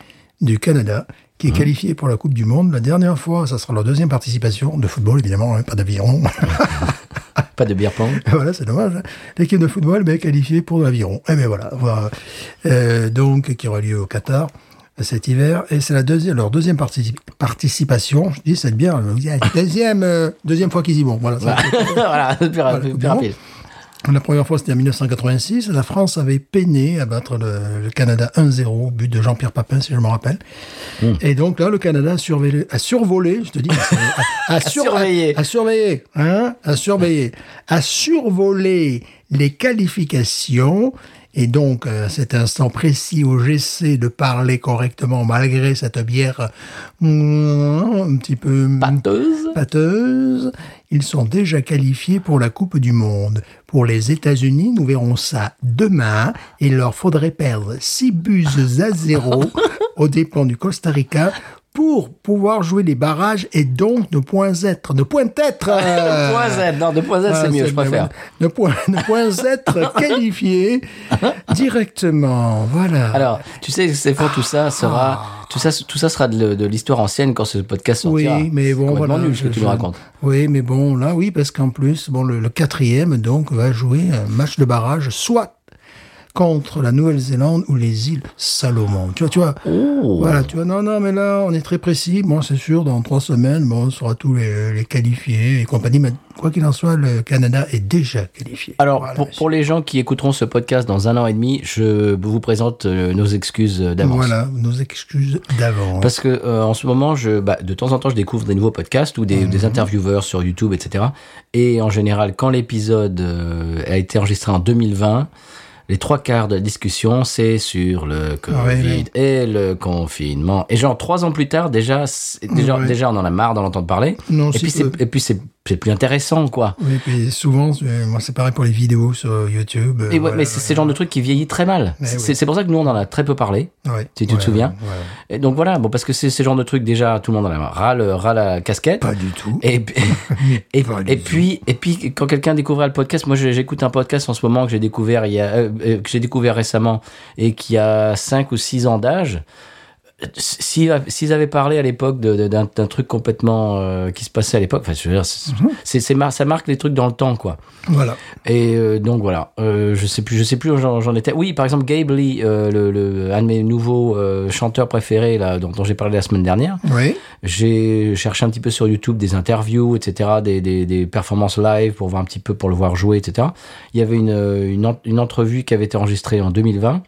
du Canada qui est
Mhm.
qualifiée pour la Coupe du Monde. La dernière fois, ça sera leur deuxième participation de football, évidemment, hein, pas d'aviron.
Pas de beer pong.
voilà, c'est dommage. hein. L'équipe de football ben, est qualifiée pour l'aviron. Eh bien voilà, voilà. Euh, donc qui aura lieu au Qatar cet hiver et c'est la deuxième leur deuxième partici- participation. Je dis c'est bien euh, deuxième euh, deuxième fois qu'ils y vont. Voilà. ça, c'est-
voilà, plus, ra- plus
Voilà,
rapide.
la première fois, c'était en 1986. La France avait peiné à battre le, le Canada 1-0, but de Jean-Pierre Papin, si je me rappelle. Et donc là, le Canada a, surveillé- a survolé, je te dis, a, a- a sur-
surveillé.
a, a surveillé, hein, a surveillé, a survolé les qualifications. Et donc, euh, à cet instant précis au GC de parler correctement malgré cette bière euh, un petit peu
Pâteuse.
pâteuses, ils sont déjà qualifiés pour la Coupe du Monde. Pour les États-Unis, nous verrons ça demain. Il leur faudrait perdre 6 buts à 0 aux dépens du Costa Rica pour pouvoir jouer les barrages et donc ne point être, ne point être, euh,
Point Z, non, de point Z, c'est
voilà,
mieux, je préfère.
Ne point, ne point être qualifié directement. Voilà.
Alors, tu sais, Stéphane, tout
Ah.
ça sera, tout ça, tout ça sera de, de l'histoire ancienne quand ce podcast
Oui,
sortira.
mais
C'est
bon,
complètement
voilà.
nul ce que
je-
tu nous
je-
racontes.
Oui, mais bon, là, oui, parce qu'en plus, bon, le, le quatrième, donc, va jouer un match de barrage, soit contre la Nouvelle-Zélande ou les îles Salomon. Tu vois, tu vois.
Oh.
Voilà, tu vois. Non, non, mais là, on est très précis. Bon, c'est sûr, dans trois semaines, bon, on sera tous les, les qualifiés et compagnie. Mais quoi qu'il en soit, le Canada est déjà qualifié.
Alors,
Voilà.
pour, pour les gens qui écouteront ce podcast dans un an et demi, je vous présente euh, nos excuses euh, d'avance.
Voilà, nos excuses d'avant.
Parce que euh, en ce moment, je, bah, de temps en temps, je découvre des nouveaux podcasts ou des,
Mhm.
des intervieweurs sur YouTube, etc. Et en général, quand l'épisode euh, a été enregistré en 2020, les trois quarts de la discussion, c'est sur
Ah
le Covid et le confinement. Et genre trois ans plus tard, déjà, c'est- déjà,
Ouais.
déjà, on en a marre d'en entendre parler.
Non,
et,
c'est
puis
que-
c'est- et puis c'est c'est plus intéressant, quoi.
Oui, puis souvent, euh, moi, c'est pareil pour les vidéos sur YouTube. euh,
Et ouais,
voilà,
mais c'est ce genre de truc qui vieillit très mal.
Ouais,
C'est
ouais.
c'est pour ça que nous, on en a très peu parlé.
Ouais.
Si tu te
Ouais,
souviens.
ouais.
Et donc voilà, bon, parce que c'est ce genre de truc, déjà, tout le monde en a ras, le- ras la casquette.
Pas du tout.
Et, puis- et,
pas du
et
tout.
puis et puis quand quelqu'un découvrait le podcast, moi je- j'écoute un podcast en ce moment que j'ai découvert il y a euh, euh, que j'ai découvert récemment et qui a 5 ou 6 ans d'âge. si- s'ils avaient parlé à l'époque de- de- d'un d'un truc complètement euh, qui se passait à l'époque, enfin, je veux dire, c'est- c'est- c'est mar- ça marque les trucs dans le temps, quoi.
Voilà.
Et euh, donc voilà, Euh, je sais plus, je sais plus où j'en j'en étais. Oui, par exemple, Gabe Lee, euh, le, le- un de mes nouveaux euh, chanteurs préférés là, dont, dont j'ai parlé la semaine dernière.
Oui.
J'ai cherché un petit peu sur YouTube des interviews, etc., des, des, des performances live pour voir un petit peu pour le voir jouer, etc. Il y avait une, euh, une, en- une entrevue qui avait été enregistrée en 2020.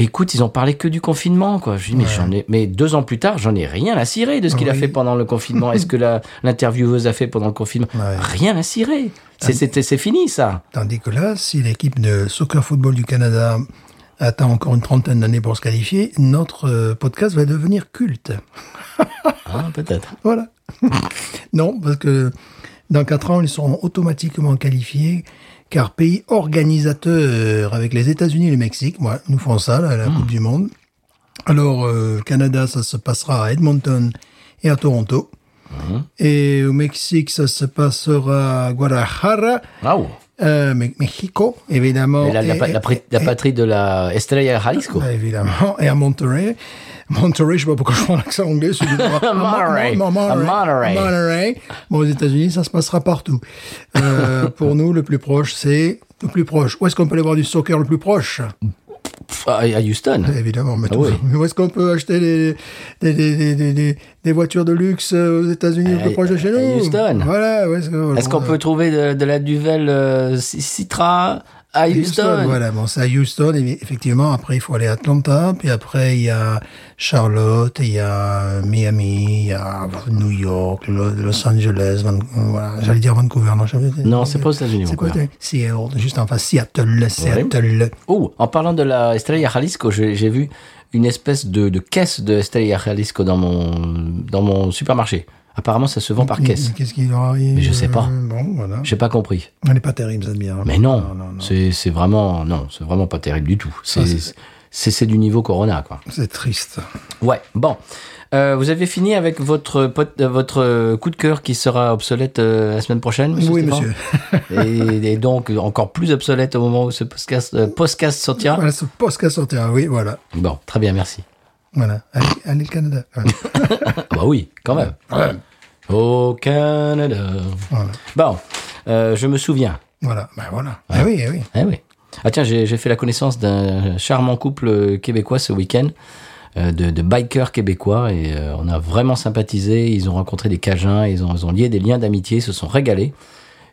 Écoute, ils ont parlé que du confinement, quoi. Je dis, mais j'en ai, mais deux ans plus tard, j'en ai rien à cirer de ce qu'il a
Oui.
fait pendant le confinement. Est-ce que la- l'intervieweuse a fait pendant le confinement
Ouais.
Rien à cirer.
Ah.
C'est- C'était, c'est fini, ça.
Tandis que là, si l'équipe de soccer football du Canada attend encore une trentaine d'années pour se qualifier, notre euh, podcast va devenir culte.
Ah, peut-être.
Voilà. non, parce que dans quatre ans, ils seront automatiquement qualifiés, car pays organisateur avec les États-Unis et le Mexique, voilà, nous font ça, là,
Hmm.
la Coupe du Monde. Alors, euh, Canada, ça se passera à Edmonton et à Toronto.
Hmm.
Et au Mexique, ça se passera à Guadalajara,
Waouh.
euh, Me- Mexico, évidemment.
Mais la, la,
Et-
pa- la pri- la
et-
patrie de la Estrella Jalisco.
Ouais, Ah, évidemment. Et à Monterey. Monterey, je sais pas pourquoi je prends l'accent anglais. celui de- À Mon-
Monterey.
Mon- Mon-
À Monterey.
Monterey. Monterey. Bon, aux États-Unis, ça se passera partout. Euh, pour nous, le plus proche, c'est. Le plus proche. Où est-ce qu'on peut aller voir du soccer le plus proche
Pff, À à Houston.
Évidemment, mais tout.
Ah oui.
Mais où est-ce qu'on peut acheter des, des, des, des, des- des- des voitures de luxe euh, aux États-Unis le
À-
plus proche de chez
Ah, à
nous
Houston.
Voilà. où est-ce que-
Est-ce qu'on
voilà.
peut trouver de, de la Duvel euh, ci- Citra à Houston,
Voilà, bon, c'est à Houston, et effectivement. Après, il faut aller à Atlanta, puis après, il y a Charlotte, il y a euh, Miami, il y a New York, Lo- Los Angeles, Van- voilà, j'allais dire Vancouver, non, j'avais-
Non, c'est pas aux États-Unis.
C'est
mon
quoi
copain.
t'es- Seattle, juste en face, Seattle, Seattle.
Oh, en parlant de la Estrella Jalisco, j'ai j'ai vu une espèce de, de caisse de Estrella Jalisco dans mon, dans mon supermarché. Apparemment, ça se vend par caisse.
Qu'est-ce qu'il leur arrive
Mais je sais pas.
euh, Bon, voilà.
J'ai pas compris.
On n'est pas terrible, ça devient.
Mais non, c'est c'est vraiment, non, c'est vraiment pas terrible du tout. C'est c'est- c'est du niveau Corona, quoi.
C'est triste.
Ouais, bon. Euh, vous avez fini avec votre, pot- euh, votre euh, coup de cœur qui sera obsolète euh, la semaine prochaine, monsieur
oui,
Stéphane
monsieur.
et, et donc encore plus obsolète au moment où ce podcast, euh, podcast sortira.
Voilà, ce poste qu'à sortir. Oui, voilà.
Bon, très bien, merci.
Voilà. Allez, allez le Canada. Voilà.
Ah bah oui, quand même. Au Canada.
Voilà.
Bon, euh, je me souviens.
Voilà. Ben voilà. Ah oui, eh oui.
Eh oui. Ah tiens, j'ai j'ai fait la connaissance d'un charmant couple québécois ce week-end, euh, de, de bikers québécois, et euh, on a vraiment sympathisé. Ils ont rencontré des Cajuns, ils ont, ils ont lié des liens d'amitié, ils se sont régalés.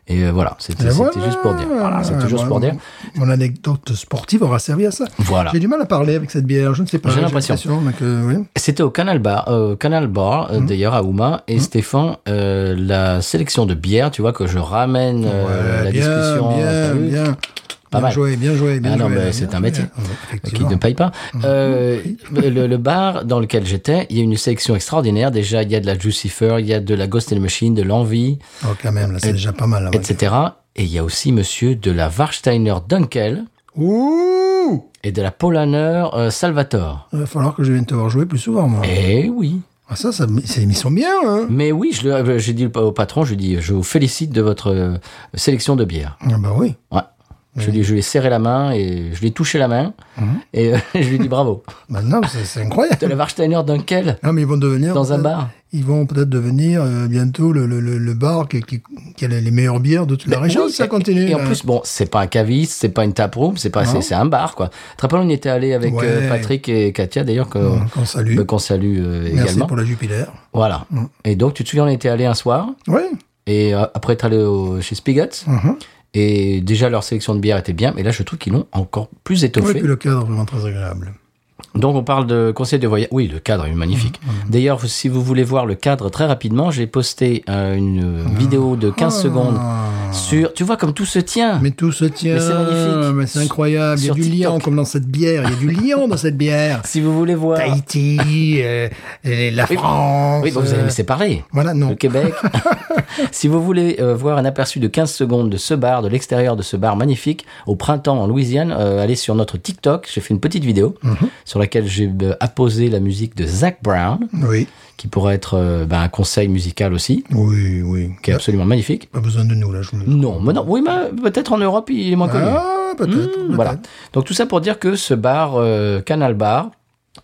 Et euh, voilà, c'était
Et
c'était
voilà.
juste pour dire. Voilà, c'était juste
Voilà,
pour dire.
Mon mon anecdote sportive aura servi à ça.
Voilà.
J'ai du mal à parler avec cette bière, je ne sais pas.
J'ai l'impression.
mais que- oui.
C'était au Canal Bar, euh, Canal Bar
Hmm.
euh, d'ailleurs à Houma. Et Stéphane, euh, la sélection de bières, tu vois que je ramène euh,
Ouais,
la
bien,
discussion.
Bien,
t'as vu,
bien.
Pas
bien
mal.
joué, bien joué, bien
Ah non,
joué.
mais
Bien,
c'est un
bien.
métier.
Ouais,
Qui
effectivement.
ne paye pas.
Mmh.
Euh, le, le bar dans lequel j'étais, il y a une sélection extraordinaire. Déjà, il y a de la Jucifer, il y a de la Ghost in the Machine, de l'Envie,
Oh, quand même, là, c'est déjà pas mal. là, Ah ouais.
etc. Et il y a aussi, monsieur, de la Warsteiner Dunkel
Ouh
et de la Polaner euh, Salvatore.
Il va falloir que je vienne te voir jouer plus souvent, moi.
Eh oui.
Ah, ça, ça c'est- ils sont bien, hein
Mais oui, je le- euh, j'ai dit au patron, je lui dis, je vous félicite de votre euh, sélection de bières.
Ah bah oui. Mmh.
Ouais. Je, lui, je lui ai serré la main et je lui ai touché la main et euh, je lui ai dit bravo.
Maintenant, c'est c'est incroyable.
De la Warsteiner Dunkel
Non, mais ils vont devenir.
dans un
peut-être-
bar.
Ils vont peut-être devenir euh, bientôt le, le, le, le bar qui, qui, qui a les les meilleures bières de toute la région,
Ben Bah Oui,
si ça
et-
continue. hein.
Et en
là.
plus, bon, c'est pas un caviste, c'est pas une taproom, c'est pas, c'est, c'est un bar quoi. Te rappelles, on y était allé avec
Ouais.
euh, Patrick et Katia d'ailleurs que-
Bon, qu'on salue.
bah, qu'on salue euh,
Merci
également.
pour la Jupiter.
Voilà. Et donc, tu te souviens, on était allé un soir
Oui.
et euh, après être allé au- chez Spigot.
Mhm.
Et déjà, leur sélection de bière était bien, mais là, je trouve qu'ils l'ont encore plus
Oui,
étoffée.
puis le cadre est vraiment très agréable.
Donc on parle de conseil de voyage. Oui, le cadre est magnifique. D'ailleurs, si vous voulez voir le cadre très rapidement, j'ai posté euh, une vidéo de 15 secondes
Ah.
sur... Tu vois comme tout se tient.
Mais tout se tient.
Mais c'est magnifique.
Mais c'est incroyable. Il y a
Sur
du
TikTok.
lion comme dans cette bière. Il y a du lion dans cette bière.
Si vous voulez voir...
Tahiti, euh, et la
Oui,
France.
Oui, bon, vous avez
euh,
laissé parler.
Voilà, non.
Le Québec. si vous voulez euh, voir un aperçu de 15 secondes de ce bar, de l'extérieur de ce bar magnifique, au printemps en Louisiane, euh, allez sur notre TikTok. J'ai fait une petite vidéo sur laquelle j'ai euh, apposé la musique de Zach Brown,
Oui,
qui pourrait être euh, ben, un conseil musical aussi,
oui, oui.
qui est absolument magnifique.
Pas besoin de nous, là, je vous le dis.
Non, mais non. Oui, mais peut-être en Europe, il est moins connu.
Ah, peut-être.
Voilà.
peut-être.
Donc tout ça pour dire que ce bar, euh, Canal Bar,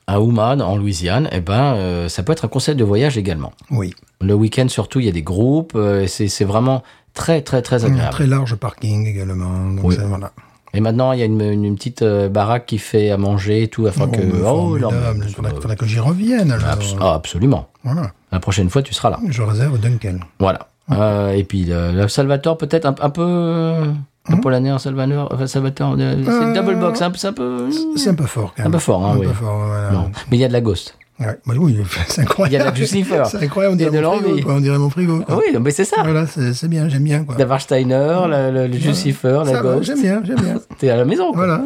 à Ouman, en Louisiane, eh ben, euh, ça peut être un conseil de voyage également.
Oui.
Le week-end, surtout, il y a des groupes. euh, c'est c'est vraiment très, très, très
Un
agréable.
Mmh, très large parking également. Donc
Oui.
ça, voilà.
Et maintenant, il y a une, une- une petite euh, baraque qui fait à manger et tout, afin que...
mais
Oh, non,
formidable,
mais-
il faudra, faudra que j'y revienne. alors.
Abs- ah, absolument.
Voilà.
La prochaine fois, tu seras là.
Je réserve Dunkel.
Voilà. Euh, et puis, le, le Salvatore, peut-être un, un peu... euh, Un Polonais, un Salvatore, enfin, Salvatore, euh, c'est
Mmh. Euh,
double box, hein, c'est un peu...
C'est un peu fort quand
Un
même.
peu fort, hein,
Un
oui.
peu fort, voilà.
Non. Mais il y a de la ghost.
Ouais, bah oui,
Il y a de la
c'est incroyable.
Lucifer.
C'est incroyable, on
Il y a
dirait,
de
mon
l'envie.
frigo, quoi, on dirait mon frigo. quoi.
Oui, non, mais c'est ça.
Voilà, c'est c'est bien, j'aime bien. Quoi.
La Warsteiner, le, le- le Lucifer, la
Ça va,
ghost.
J'aime bien, j'aime bien.
T'es à la maison. quoi.
voilà.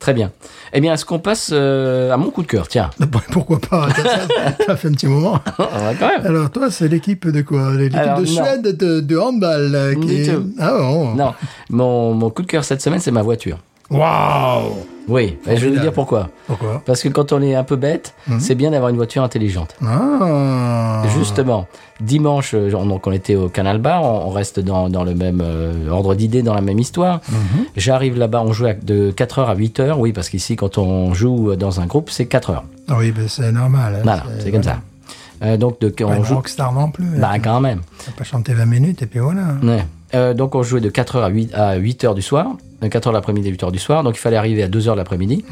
Très bien. Eh bien, est-ce qu'on passe euh, à mon coup de cœur Tiens,
Bah, Pourquoi pas ça, ça- ça fait un petit moment.
on va quand même.
Alors, toi, c'est l'équipe de quoi L'équipe
Alors,
de
non.
Suède de, de handball. euh,
Du
Qui est-
tout.
Ah bon
Non, mon, mon coup de cœur cette semaine, c'est ma voiture.
Waouh
Oui, et je vais vous
Formidable.
dire pourquoi.
Pourquoi
Parce que quand on est un peu bête, c'est bien d'avoir une voiture intelligente.
ah.
Justement, dimanche, euh, donc on était au Canal Bar, on, on reste dans, dans le même euh, ordre d'idée, dans la même histoire.
Mhm.
J'arrive là-bas, on joue à- de 4h à 8h, oui, parce qu'ici, quand on joue dans un groupe, c'est 4h.
Ah oui, ben, c'est normal. hein,
Voilà, c'est comme ça. Euh, donc, de,
Pas
on
une
joue.
rockstar non plus.
Bah,
hein.
quand même.
T'as pas chanté 20 minutes et puis voilà.
Ouais. Euh, donc on jouait de 4h à 8, à 8h du soir, de 4h de l'après-midi à 8h du soir, donc il fallait arriver à 2h de l'après-midi.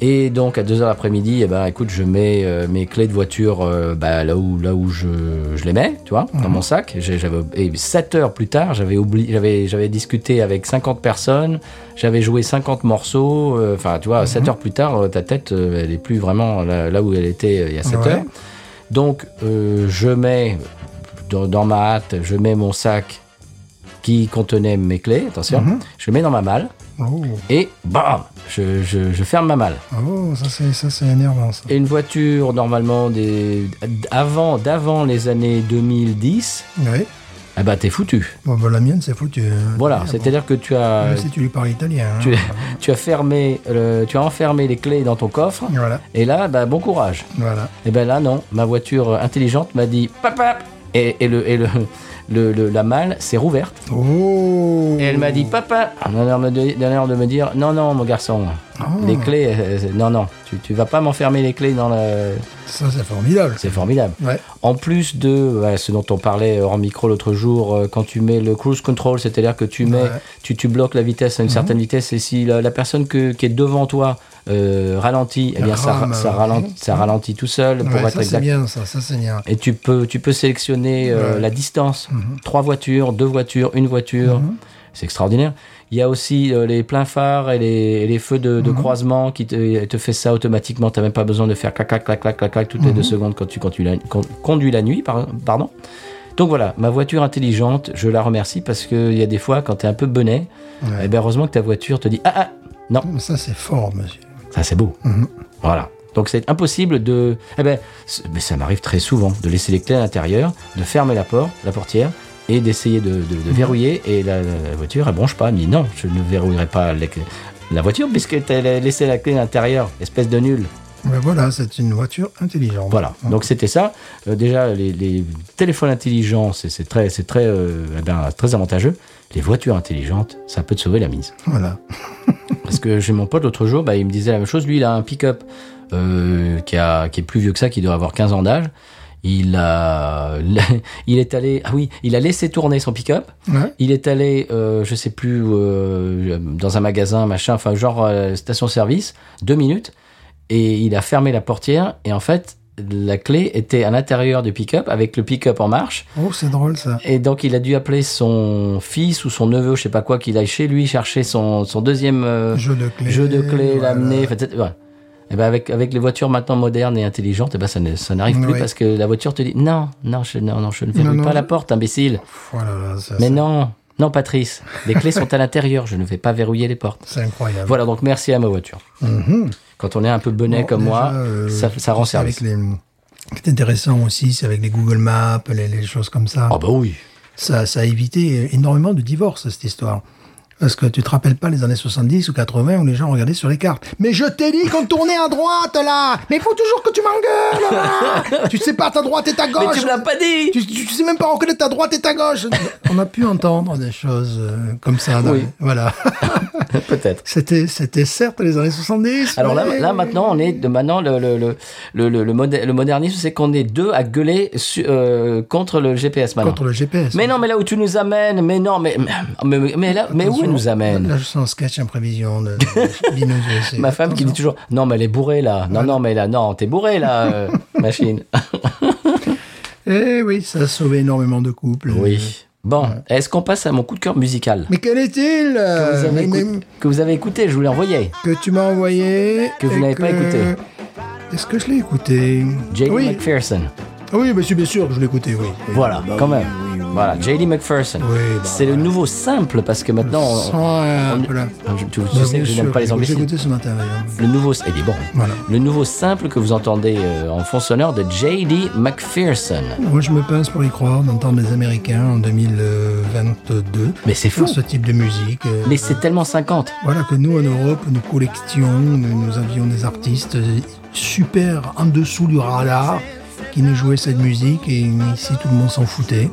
Et donc à 2h de l'après-midi, eh ben, écoute, je mets euh, mes clés de voiture euh, bah, là où, là où je, je les mets, tu vois, dans mon sac. J'ai- j'avais- Et 7 heures plus tard, j'avais oublié- j'avais j'avais discuté avec 50 personnes, j'avais joué 50 morceaux, euh, enfin tu vois, 7 heures plus tard, euh, ta tête, euh, elle est plus vraiment là, là où elle était euh, il y a 7
Ouais.
heures. Donc euh, je mets dans, dans ma hâte, je mets mon sac qui contenait mes clés, attention, je le mets dans ma malle
Oh,
et bam, je, je- je ferme ma malle.
oh ça c'est ça, c'est énervant ça.
Et une voiture, normalement, des, avant, d'avant les années 2010,
Oui.
ah bah t'es foutu.
Bon, bah, la mienne, c'est foutu. hein.
Voilà,
Ah, bon.
c'est-à-dire que tu as,
Même si tu lui parles italien. hein.
tu, tu as fermé, le- tu as enfermé les clés dans ton coffre.
Voilà,
Et là, bah, bon courage.
voilà.
Et ben là, non, ma voiture intelligente m'a dit pap, pap et, et le, et le, le- le- la malle s'est rouverte.
Oh
Et elle m'a dit papa. Elle a l'air de- elle a l'air de me dire non non mon garçon,
Ah.
les clés, euh, euh, non non, tu, tu vas pas m'enfermer les clés dans le.
Ça, c'est formidable.
C'est formidable.
Ouais.
En plus de ouais, ce dont on parlait hors micro l'autre jour, euh, quand tu mets le cruise control, c'est-à-dire que tu mets,
Ouais. Mhm.
tu, tu bloques la vitesse à une certaine vitesse, et si la, la personne que- qui est devant toi euh, ralentit, eh bien ça, ra-
Rame,
ça,
ouais.
ralentit, ça ralentit tout seul pour
Ah, bah Ouais,
être
ça, c'est
exact.
bien, ça, ça, c'est bien.
Et tu peux, tu peux sélectionner euh,
Ouais. Mhm.
la distance. Trois voitures, deux voitures, une voiture. C'est extraordinaire. Il y a aussi euh, les pleins phares et les, et les feux de, de
Mhm.
croisement qui te, te fait ça automatiquement. Tu n'as même pas besoin de faire clac, clac, clac, clac, clac, clac toutes les
Mhm.
deux secondes quand tu conduis la, con- conduis la nuit. par- pardon. Donc voilà, ma voiture intelligente, je la remercie parce qu'il y a des fois, quand tu es un peu bonnet,
Ouais.
eh ben heureusement que ta voiture te dit Ah, ah, non,
Ça, c'est fort, monsieur.
ça, c'est beau. Voilà. Donc, c'est impossible de. Eh ben, c'est- mais ça m'arrive très souvent de laisser les clés à l'intérieur, de fermer la porte, la portière, et d'essayer de, de- de verrouiller. Et la, la voiture, elle bronche pas. Elle me dit non, je ne verrouillerai pas les clés- la voiture puisque tu as laissé la clé à l'intérieur, espèce de nul.
Mais voilà, c'est une voiture intelligente.
Voilà. Donc, c'était ça. Euh, déjà, les, les téléphones intelligents, c'est c'est très, c'est très, euh, eh ben, très avantageux. Les voitures intelligentes, ça peut te sauver la mise.
Voilà.
Parce que j'ai mon pote l'autre jour, bah, il me disait la même chose. Lui, il a un pick-up euh, qui, a- qui est plus vieux que ça, qui doit avoir 15 ans d'âge. Il a, il est allé, ah oui, il a laissé tourner son pick-up.
Ouais.
Il est allé, euh, je sais plus, euh, dans un magasin, machin, enfin genre euh, station-service, deux minutes, et il a fermé la portière. Et en fait, la clé était à l'intérieur du pick-up avec le pick-up en marche.
Oh, c'est drôle, ça.
Et donc, il a dû appeler son fils ou son neveu, je sais pas quoi, qu'il aille chez lui chercher son, son deuxième euh,
Jeu de clés.
jeu de clés,
voilà.
l'amener, etc. Voilà. Et ben avec, avec les voitures maintenant modernes et intelligentes, et ben ça ne- ça n'arrive plus
Oui.
parce que la voiture te dit non, non, je, non, non, je ne verrouille
Non, non,
pas la
je-
porte, imbécile.
Voilà, ça,
Mais
c'est-
non, non, Patrice, les clés sont à l'intérieur, je ne vais pas verrouiller les portes.
C'est incroyable.
Voilà, donc merci à ma voiture.
Mhm.
Quand on est un peu bonnet
Bon,
comme
déjà,
moi,
euh,
ça, ça rend
c'est
service.
Avec les... Ce qui est intéressant aussi, c'est avec les Google Maps, les, les choses comme ça.
Ah bah oui.
ça, ça a évité énormément de divorces, cette histoire. Parce que tu te rappelles pas les années 70 ou 80 où les gens regardaient sur les cartes. Mais je t'ai dit qu'on tournait à droite, là Mais il faut toujours que tu m'engueules, là Tu sais pas ta droite et ta
Mais
gauche
tu me l'as pas dit
tu, tu- tu sais même pas reconnaître ta droite et ta gauche On a pu entendre des choses euh, comme ça. dans-
Oui.
Voilà.
Peut-être.
C'était, c'était certes les années 70.
Alors là,
mais-
là maintenant, on est de maintenant le le le le, le, le modè- le modernisme, c'est qu'on est deux à gueuler su- euh, contre le GPS maintenant.
Contre le GPS.
Mais non, mais là où tu nous amènes, mais non, mais mais, mais- mais là, mais où
Attention,
elle nous amène
Là, je sens un sketch en prévision de, de Binous USA.
Ma femme qui dit toujours non, mais elle est bourrée là. Non, non, mais là, non, t'es bourrée là, euh, machine.
Eh oui, ça a sauvé énormément de couples.
Oui. Bon, est-ce qu'on passe à mon coup de cœur musical
Mais quel est-il
que, vous
euh,
avez
mais-
écout-
mais-
que vous avez écouté, je vous l'ai envoyé.
que tu m'as envoyé.
Que vous
et
n'avez pas écouté.
Est-ce que je l'ai écouté
JD
Oui,
McPherson.
Ah oui mais c'est bien sûr que je l'ai écouté, oui. Oui.
Voilà,
Bah
quand
oui,
même.
oui, oui.
Voilà, JD McPherson.
Oui, bah,
c'est le
voilà.
nouveau simple parce que maintenant. on-
Sans un peu là.
on- tu, tu
Bah,
sais
bien
que je
sûr,
n'aime pas les
J'ai
anglicismes.
écouté ce matin, d'ailleurs.
Le nouveau, il est bon.
Voilà.
Le nouveau simple que vous entendez euh, en fond sonore de JD McPherson.
Moi, je me pince pour y croire d'entendre les Américains en 2022
Mais c'est fou.
faire ce type de musique. euh,
Mais c'est tellement 50.
Voilà que nous, en Europe, nous collections, nous, nous avions des artistes euh, super en dessous du radar qui nous jouaient cette musique et ici, tout le monde s'en foutait.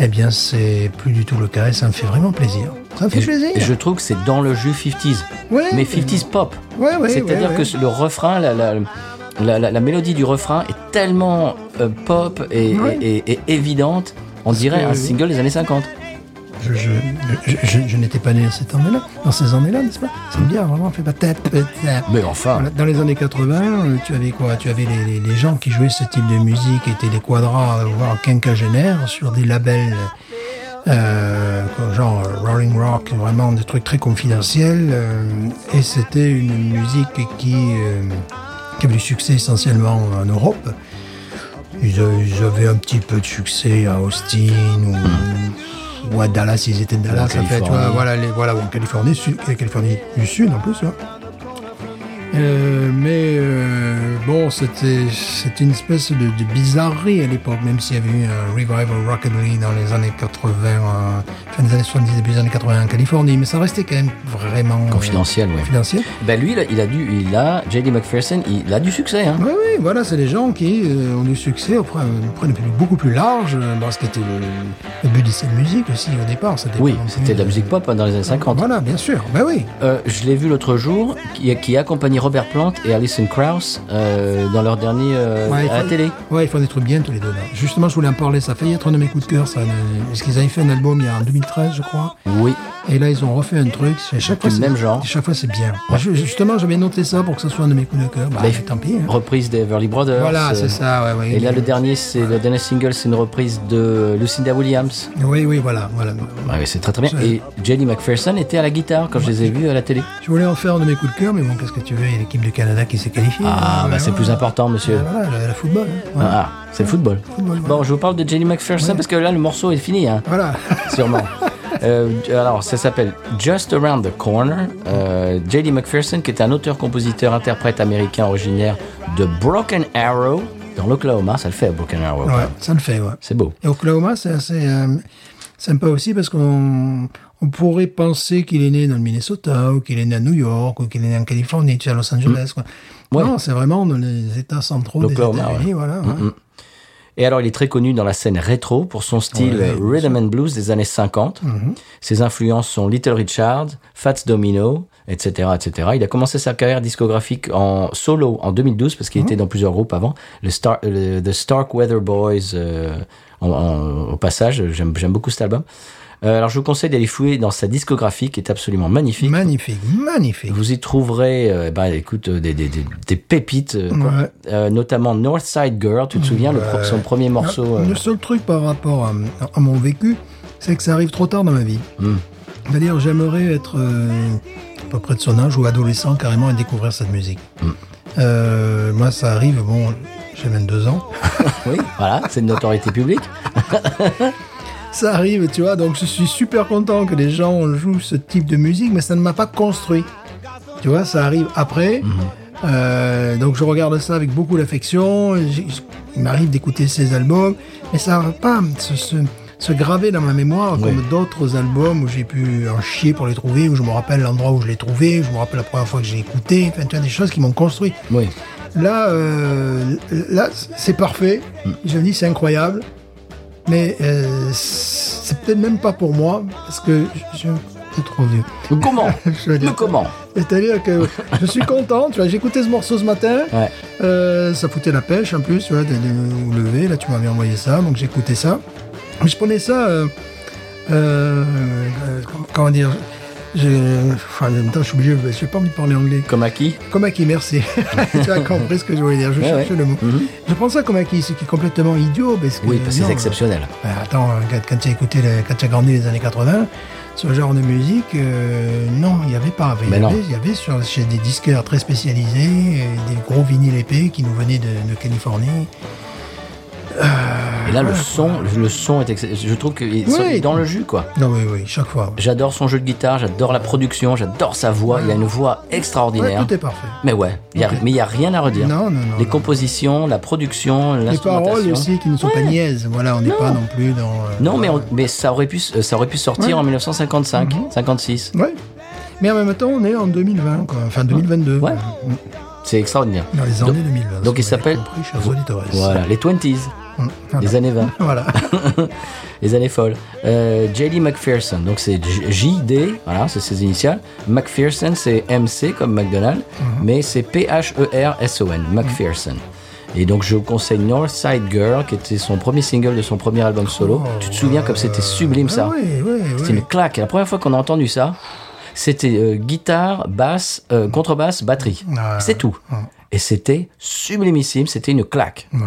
Eh bien, c'est plus du tout le cas et ça me fait vraiment plaisir. Ça me fait
Et je,
plaisir.
et je trouve que c'est dans le jus 50s.
Ouais,
mais 50s pop.
Ouais, ouais,
C'est-à-dire
ouais,
que
ouais.
le refrain, la, la, la, la- la mélodie du refrain est tellement euh, pop et,
Ouais.
et- et- et évidente, on dirait
que-
un single des années 50.
Je, je, je, je- je n'étais pas né à cette année-là, dans ces années-là, n'est-ce pas C'est bien, ah, vraiment, fait pas tap, tap, tap.
Mais enfin,
Voilà, Dans les années 80, euh, tu avais quoi Tu avais les, les- les gens qui jouaient ce type de musique, qui étaient des quadras, euh, voire quinquagénaires, sur des labels euh, quoi, genre euh, Rolling Rock, vraiment des trucs très confidentiels. euh, et c'était une musique qui, euh, qui avait du succès essentiellement en Europe. Ils, euh, ils avaient un petit peu de succès à Austin ou, ou à Dallas, ils étaient de Dallas, en fait, tu vois,
Californie.
voilà, les, voilà, ou en Californie, sud, euh, Californie du Sud en plus. hein. tu vois. Euh, mais euh, bon, c'était c'était une espèce de, de bizarrerie à l'époque, même s'il y avait eu un revival rockabilly dans les années 80, euh, fin des années 70, début des années 80 en Californie, mais ça restait quand même vraiment euh,
confidentiel, oui.
confidentiel.
Ben lui, là, il a dû, il a, JD McPherson, il a du succès, hein.
Oui, oui, voilà, c'est les gens qui euh, ont du succès auprès auprès d'un public beaucoup plus large, euh, dans ce qui était le, le but de cette musique aussi au départ. c'était
Oui,
pas non plus,
c'était de la
euh,
musique pop hein, dans les années 50.
Voilà, bien sûr, ben oui.
Euh, je l'ai vu l'autre jour, qui, qui accompagnait Robert Plant et Alison Krauss euh, dans leur dernier euh,
Ouais, ils
à la
font-
télé.
Ouais, ils font des trucs bien tous les deux. là. Justement, je voulais en parler. Ça a failli être un de mes coups de cœur, ça. le- Parce qu'ils avaient fait un album il y a en 2013, je crois.
Oui,
Et là, ils ont refait un truc. c'est- Chaque fois,
le
c'est-
même genre.
Chaque fois, c'est bien. Bah, Je- justement, j'avais noté ça pour que ce soit un de mes coups de cœur. Bah,
Bah,
tant pis. hein.
reprise des Everly Brothers.
Voilà,
euh,
c'est ça. Ouais, ouais.
Et là, le dernier, c'est le dernier single, c'est une reprise de Lucinda Williams.
Oui, oui, voilà, voilà.
Ouais, c'est très très bien. Et Jenny McPherson était à la guitare quand je les ai vus à la télé.
Je voulais en faire un de mes coups de cœur, mais bon, qu'est-ce que tu veux Il y a l'équipe du Canada qui s'est qualifiée.
Ah,
Ouais,
bah c'est
ouais.
plus important, monsieur.
Voilà, la, la football. hein. Ouais.
Ah, c'est le football.
Football,
Bon, je vous parle de Jenny McPherson parce que là, le morceau est fini, hein,
Voilà.
sûrement. Euh, alors, ça s'appelle Just Around the Corner. Euh, J.D. McPherson, qui est un auteur-compositeur-interprète américain originaire de Broken Arrow, dans l'Oklahoma. Ça le fait, Broken Arrow.
ouais, ça le fait, ouais.
C'est beau.
Et Oklahoma, c'est assez euh, sympa aussi parce qu'on on pourrait penser qu'il est né dans le Minnesota ou qu'il est né à New York ou qu'il est né en Californie, tu sais, à Los Angeles. Quoi.
Mm. Ouais.
Non, c'est vraiment dans les États centraux des
L'Oklahoma,
États-Unis.
ouais.
Voilà, hein. ouais.
Et alors, il est très connu dans la scène rétro pour son style
Ouais, Mhm.
euh, rhythm and blues des années 50. Ses influences sont Little Richard, Fats Domino, etc., etc. Il a commencé sa carrière discographique en solo en 2012 parce
Mhm.
qu'il était dans plusieurs groupes avant. Le Star, le- The Stark Weather Boys, euh, en- en- au passage, j'aime j'aime beaucoup cet album. Euh, alors, je vous conseille d'aller fouiller dans sa discographie qui est absolument magnifique.
Magnifique, magnifique.
Vous y trouverez, euh, eh ben, écoute, euh, des, des, des, des pépites, euh,
Ouais.
euh, notamment Northside Girl. Tu te souviens, le pro- son premier morceau
Le-
euh,
Le seul truc par rapport à, à mon vécu, c'est que ça arrive trop tard dans ma vie.
Mm.
C'est-à-dire, j'aimerais être euh, à peu près de son âge ou adolescent carrément et découvrir cette musique.
Mm.
Euh, moi, ça arrive, bon, j'ai 22 ans.
Oui, voilà, c'est de notoriété publique.
Ça arrive, tu vois, donc je suis super content que les gens jouent ce type de musique, mais ça ne m'a pas construit. Tu vois, ça arrive après. Euh, donc je regarde ça avec beaucoup d'affection. J'ai- j- Il m'arrive d'écouter ces albums, mais ça va pas se, se, se graver dans ma mémoire comme d'autres albums où j'ai pu en chier pour les trouver, où je me rappelle l'endroit où je l'ai trouvé, je me rappelle la première fois que j'ai écouté. Enfin, tu vois, des choses qui m'ont construit.
Oui.
Là, euh, là, c'est parfait. Je me dis, c'est incroyable. Mais euh, c'est peut-être même pas pour moi, parce que je- c'était trop vieux.
Mais comment
Je veux dire-
Mais comment
C'est-à-dire que je suis content, tu vois, j'écoutais ce morceau ce matin,
Ouais.
Euh, ça foutait la pêche en plus, tu vois, d'aller au lever, là tu m'avais envoyé ça, donc j'écoutais ça. Mais Je prenais ça, euh, euh, euh, comment dire, je- enfin, en même temps je suis obligé, je n'ai pas envie de parler anglais.
Comme à qui
Comme acquis, merci. tu as compris ce que je voulais dire, je
Ouais,
cherchais
ouais.
le mot.
Mhm.
Je prends ça comme acquis, ce qui est complètement idiot. Parce que,
Oui, parce que
non,
c'est exceptionnel.
ben, attends, quand, quand tu as écouté, les- quand tu as grandi les années 80, ce genre de musique, euh, non, il n'y avait pas. Il y
Ben non.
avait, il y avait sur, chez des disqueurs très spécialisés, euh, des gros vinyles épais qui nous venaient de, de Californie.
Et là, le son, le son est excellent. Je trouve qu'il
Ah. Oui.
est dans le jus, quoi.
Non, oui, oui, chaque fois. ouais.
J'adore son jeu de guitare, j'adore la production, j'adore sa voix. Il a une voix
Ouais,
extraordinaire.
tout est parfait.
Mais ouais, il y a-
Ok.
mais il n'y a rien à redire.
Non, non, non,
Les
non.
compositions, la production,
Les paroles
l'instrumentation.
aussi qui ne sont pas niaises. Voilà, on n'est pas non plus dans. euh,
Non, mais, on- mais ça, aurait pu, euh, ça aurait pu sortir
Ouais. Mhm.
en 1955, 56.
Ouais. Mais en même temps, on est en 2020, quoi. Enfin, 2022.
Ouais. C'est extraordinaire.
Dans les
Donc-
années 2020.
donc il
si vous
s'appelle-
l'avez compris, chers auditeurs.
Voilà, les 20s,
Mm,
les années 20,
Voilà.
les années folles. Euh, JD McPherson, donc c'est J- JD, voilà, c'est ses initiales. McPherson, c'est MC comme McDonald's,
Mhm.
mais c'est E P-H-E-R-S-O-N, McPherson. Et donc je vous conseille Northside Girl, qui était son premier single de son premier album solo. tu te souviens comme c'était sublime ça
Oh. Ah Oui, oui,
C'était
oui.
une claque. La première fois qu'on a entendu ça, c'était euh, guitare, basse, euh, contrebasse, batterie.
Ah,
C'est tout. Et c'était sublimissime, c'était une claque.
Ouais.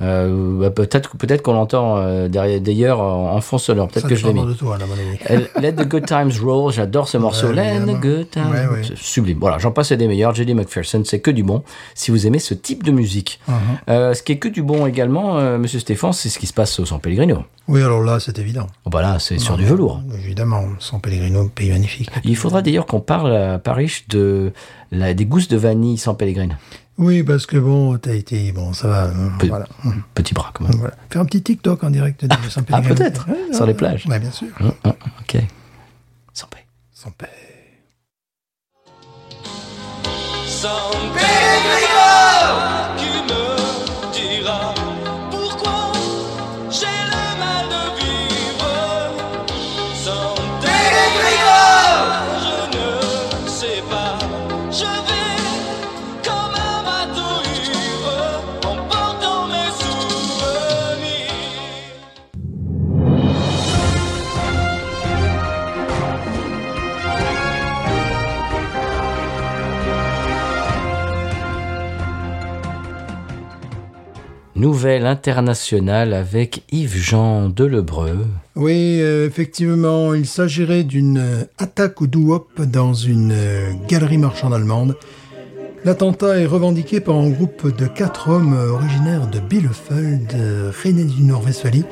Euh, bah, peut-être peut-être qu'on l'entend euh, derrière- d'ailleurs en, en fond sonore. Peut-être
Ça
que je l'ai
dépend
mis.
de toi, là, mon ami.
Euh, Let the good times roll, j'adore ce morceau.
Ouais,
Let
évidemment.
the good times
Ouais,
roll.
ouais.
C'est Sublime. Voilà, j'en passe des meilleurs. J.D. McPherson, c'est que du bon. Si vous aimez ce type de musique.
Uh-huh.
Euh, ce qui est que du bon également, euh, monsieur Stéphane, c'est ce qui se passe au San Pellegrino.
Oui, alors là, c'est évident.
Oh, bah là, c'est sur du velours.
Évidemment, San Pellegrino, pays magnifique.
Il faudra d'ailleurs qu'on parle à Paris de la, des gousses de vanille sans Pellegrine.
Oui, parce que bon, t'as été. Bon, ça va. hein,
Pe-
Voilà.
Petit bras, quand même.
voilà. Faire un petit TikTok en direct de San
Ah,
Pellegrino.
peut-être,
Ouais,
sur
ouais.
les plages.
Ouais, bien sûr.
Hein, hein,
Mm.
ok. Sans paix.
San Pellegrino.
San Pellegrino qui me dira pourquoi j'ai le mal de vivre. San Pellegrino, je ne sais pas, je vais comme un bateau ivre en portant mes souvenirs.
Nouvelle internationale avec Yves-Jean Delebreu.
Oui, euh, effectivement, il s'agirait d'une euh, attaque au doo-wop dans une euh, galerie marchande allemande. L'attentat est revendiqué par un groupe de quatre hommes euh, originaires de Bielefeld, euh, Rhénanie du Nord-Westphalie,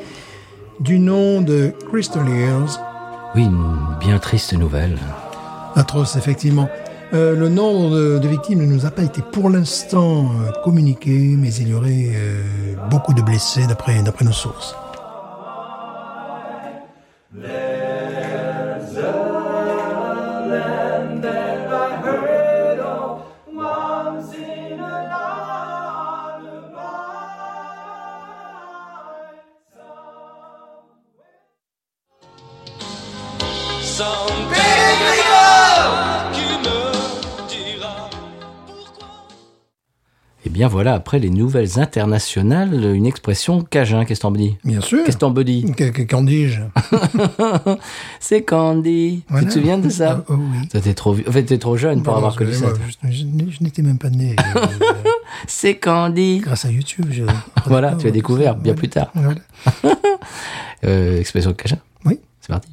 du nom de Crystaliers.
Oui, une bien triste nouvelle.
Atroce, effectivement. Euh, le nombre de, de victimes ne nous a pas été pour l'instant euh, communiqué, mais il y aurait euh, beaucoup de blessés d'après d'après nos sources.
San Pellegrino qui me dira pourquoi.
Eh bien voilà, après les nouvelles internationales, une expression cajun, qu'est-ce qu'on dit
Bien sûr.
Qu'est-ce qu'on dit
Que- que- Qu'en dis-je
C'est Candy. Tu
Voilà.
te souviens de ça
Oh, oui.
Toi, t'es trop, vieux- en fait, t'es trop jeune pour
Bah,
avoir
non,
connu ça.
excusez-moi, Je, je n'ai- je n'étais même pas né. euh, euh,
C'est Candy.
grâce à YouTube, je-
Voilà, tu as découvert bien
Voilà.
plus tard.
Voilà.
Euh, expression cajun.
Oui.
C'est parti.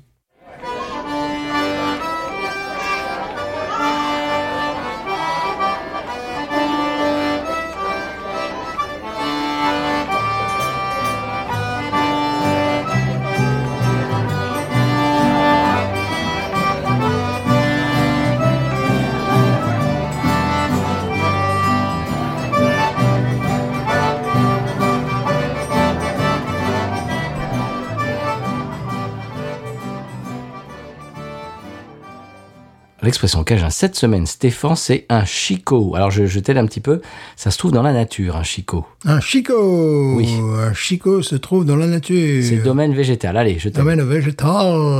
L'expression cajun cette semaine, Stéphane, c'est un chicot. Alors je, je t'aide un petit peu. Ça se trouve dans la nature, un chicot.
Un chico
Oui.
Un chico se trouve dans la nature.
C'est le domaine végétal. Allez, je t'aide.
Domaine végétal,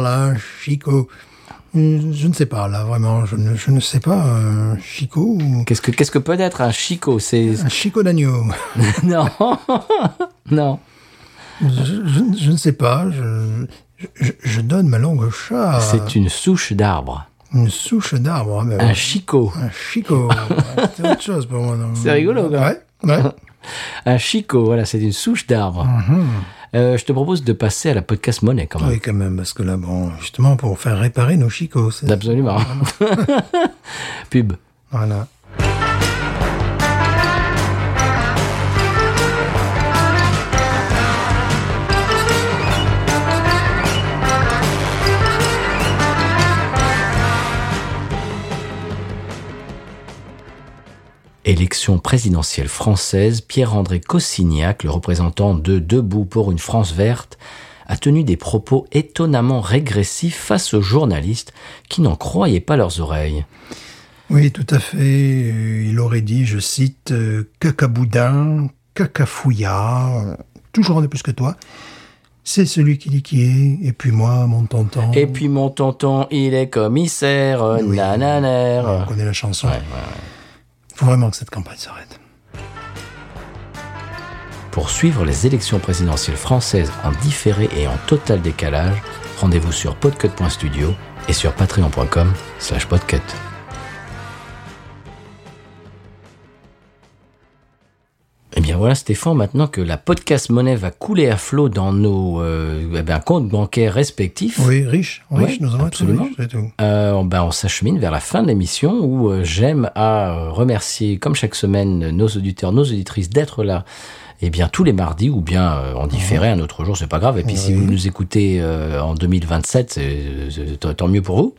un chico. Euh, Je ne sais pas, là, vraiment. Je ne, je ne sais pas. euh, Chico ou...
Qu'est-ce que, qu'est-ce que peut être un Chico C'est.
Un Chico d'agneau.
non Non
je, je- je ne sais pas. Je, je, je donne ma langue au chat.
C'est une souche d'arbre.
Une souche d'arbre. hein, mais-
Un Chico.
Un Chico. Ouais, C'est autre chose pour moi. non.
C'est rigolo, quoi.
Ouais. ouais.
Un Ah, Chico, voilà, c'est une souche d'arbre. Euh, je te propose de passer à la podcast monnaie quand même.
Oui, quand même, parce que là, bon, justement, pour faire réparer nos chicots. c'est-
Absolument. Pub.
Voilà.
Élection présidentielle française, Pierre-André Cossignac, le représentant de Debout pour une France verte, a tenu des propos étonnamment régressifs face aux journalistes qui n'en croyaient pas leurs oreilles.
Oui, tout à fait. Euh, Il aurait dit, je cite, euh, cacaboudin, cacafouillard, euh, toujours en est plus que toi. C'est celui qui dit qui est, et puis moi, mon tonton.
Et puis mon tonton, il est commissaire, euh,
Oh. Oui. Ah,
nananère.
on connaît la chanson. Faut vraiment que cette campagne s'arrête.
Pour suivre les élections présidentielles françaises en différé et en total décalage, rendez-vous sur podcut.studio et sur patreon.com slash podcut. Eh bien voilà Stéphane, maintenant que la podcast monnaie va couler à flot dans nos euh, eh ben, comptes bancaires respectifs,
Oui, riche,
Oui,
riche, nous allons être
absolument.
riches, c'est tout.
euh, on- ben, on s'achemine vers la fin de l'émission où euh, j'aime à euh, remercier, comme chaque semaine, nos auditeurs, nos auditrices d'être là. Eh bien, tous les mardis ou bien euh, en différé un autre jour, c'est pas grave. Et puis, si vous nous écoutez euh, en 2027, c'est- c'est tant- tant mieux pour vous.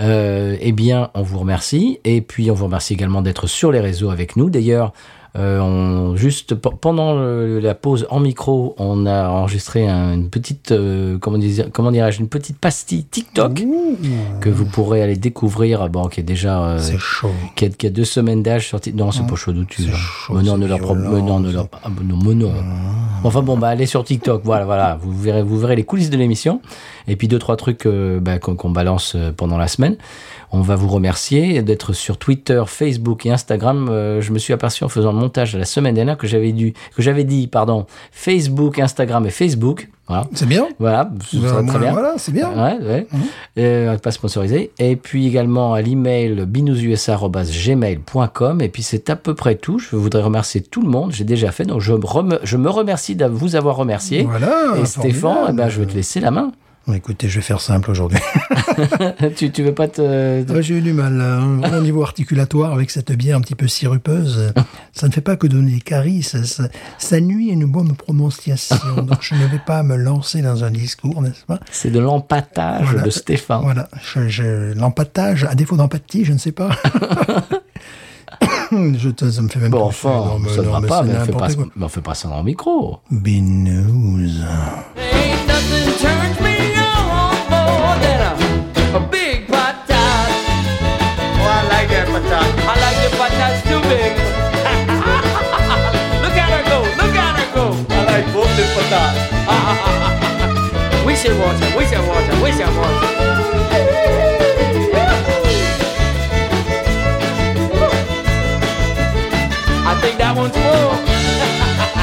Euh, eh bien, on vous remercie. Et puis, on vous remercie également d'être sur les réseaux avec nous. D'ailleurs, euh, on, juste pe- pendant le- la pause en micro, on a enregistré un- une petite, euh, comment, dire- comment dirais-je, une petite pastille TikTok que vous pourrez aller découvrir, ah bon, qui est déjà euh,
C'est chaud.
qui, a, qui a deux semaines d'âge sorti. Non, c'est pas chaud du tout.
c'est
là.
chaud,
Mais non,
c'est Mmh.
ne leur pro-
violent,
mais non, ne leur- ah, mais non, mais non. Enfin bon, bah allez sur TikTok. voilà, voilà. Vous verrez, vous verrez les coulisses de l'émission. Et puis deux trois trucs euh, bah, qu'on qu'on balance euh, pendant la semaine. On va vous remercier d'être sur Twitter, Facebook et Instagram. Euh, je me suis aperçu en faisant le montage la semaine dernière que j'avais dû, que j'avais dit, pardon, Facebook, Instagram et Facebook. Voilà.
C'est bien
Voilà, ça va
Ben,
très bien. Ah,
Voilà, c'est bien.
Ouais, ouais.
Hein
Euh, pas sponsorisé. Et puis également à l'email binoususa.gmail.com. Et puis c'est à peu près tout. Je voudrais remercier tout le monde. J'ai déjà fait. Donc je, me rem- je me remercie de vous avoir remercié.
Voilà.
Et Stéphane, eh
ah, formidable.
ben, je vais te laisser la main.
Bon, Écoutez, je vais faire simple aujourd'hui.
tu, tu veux pas te. te-
Ouais, J'ai eu du mal euh, au niveau articulatoire avec cette bière un petit peu sirupeuse. Ça ne fait pas que donner des caries, ça, ça- ça nuit à une bonne prononciation. Donc je ne vais pas me lancer dans un discours, n'est-ce pas
C'est de l'empattage
Voilà.
de Stéphane.
Voilà, je, je- l'empattage, à défaut d'empathie, je ne sais pas. je te, ça me fait même
Bon,
plus
enfin,
chier. Non, mais-
ça ne
non,
va
mais
pas,
c'est
mais on fait pas,
n'importe quoi.
mais on fait pas ça dans le micro.
Binouze.
Ain't nothing turns me on more than a, a big patat. Oh, I like that patat. I like the patats too big. look at her go, look at her go. I like both the patats. we should watch her, we should watch her, we should watch her. I think that one's full.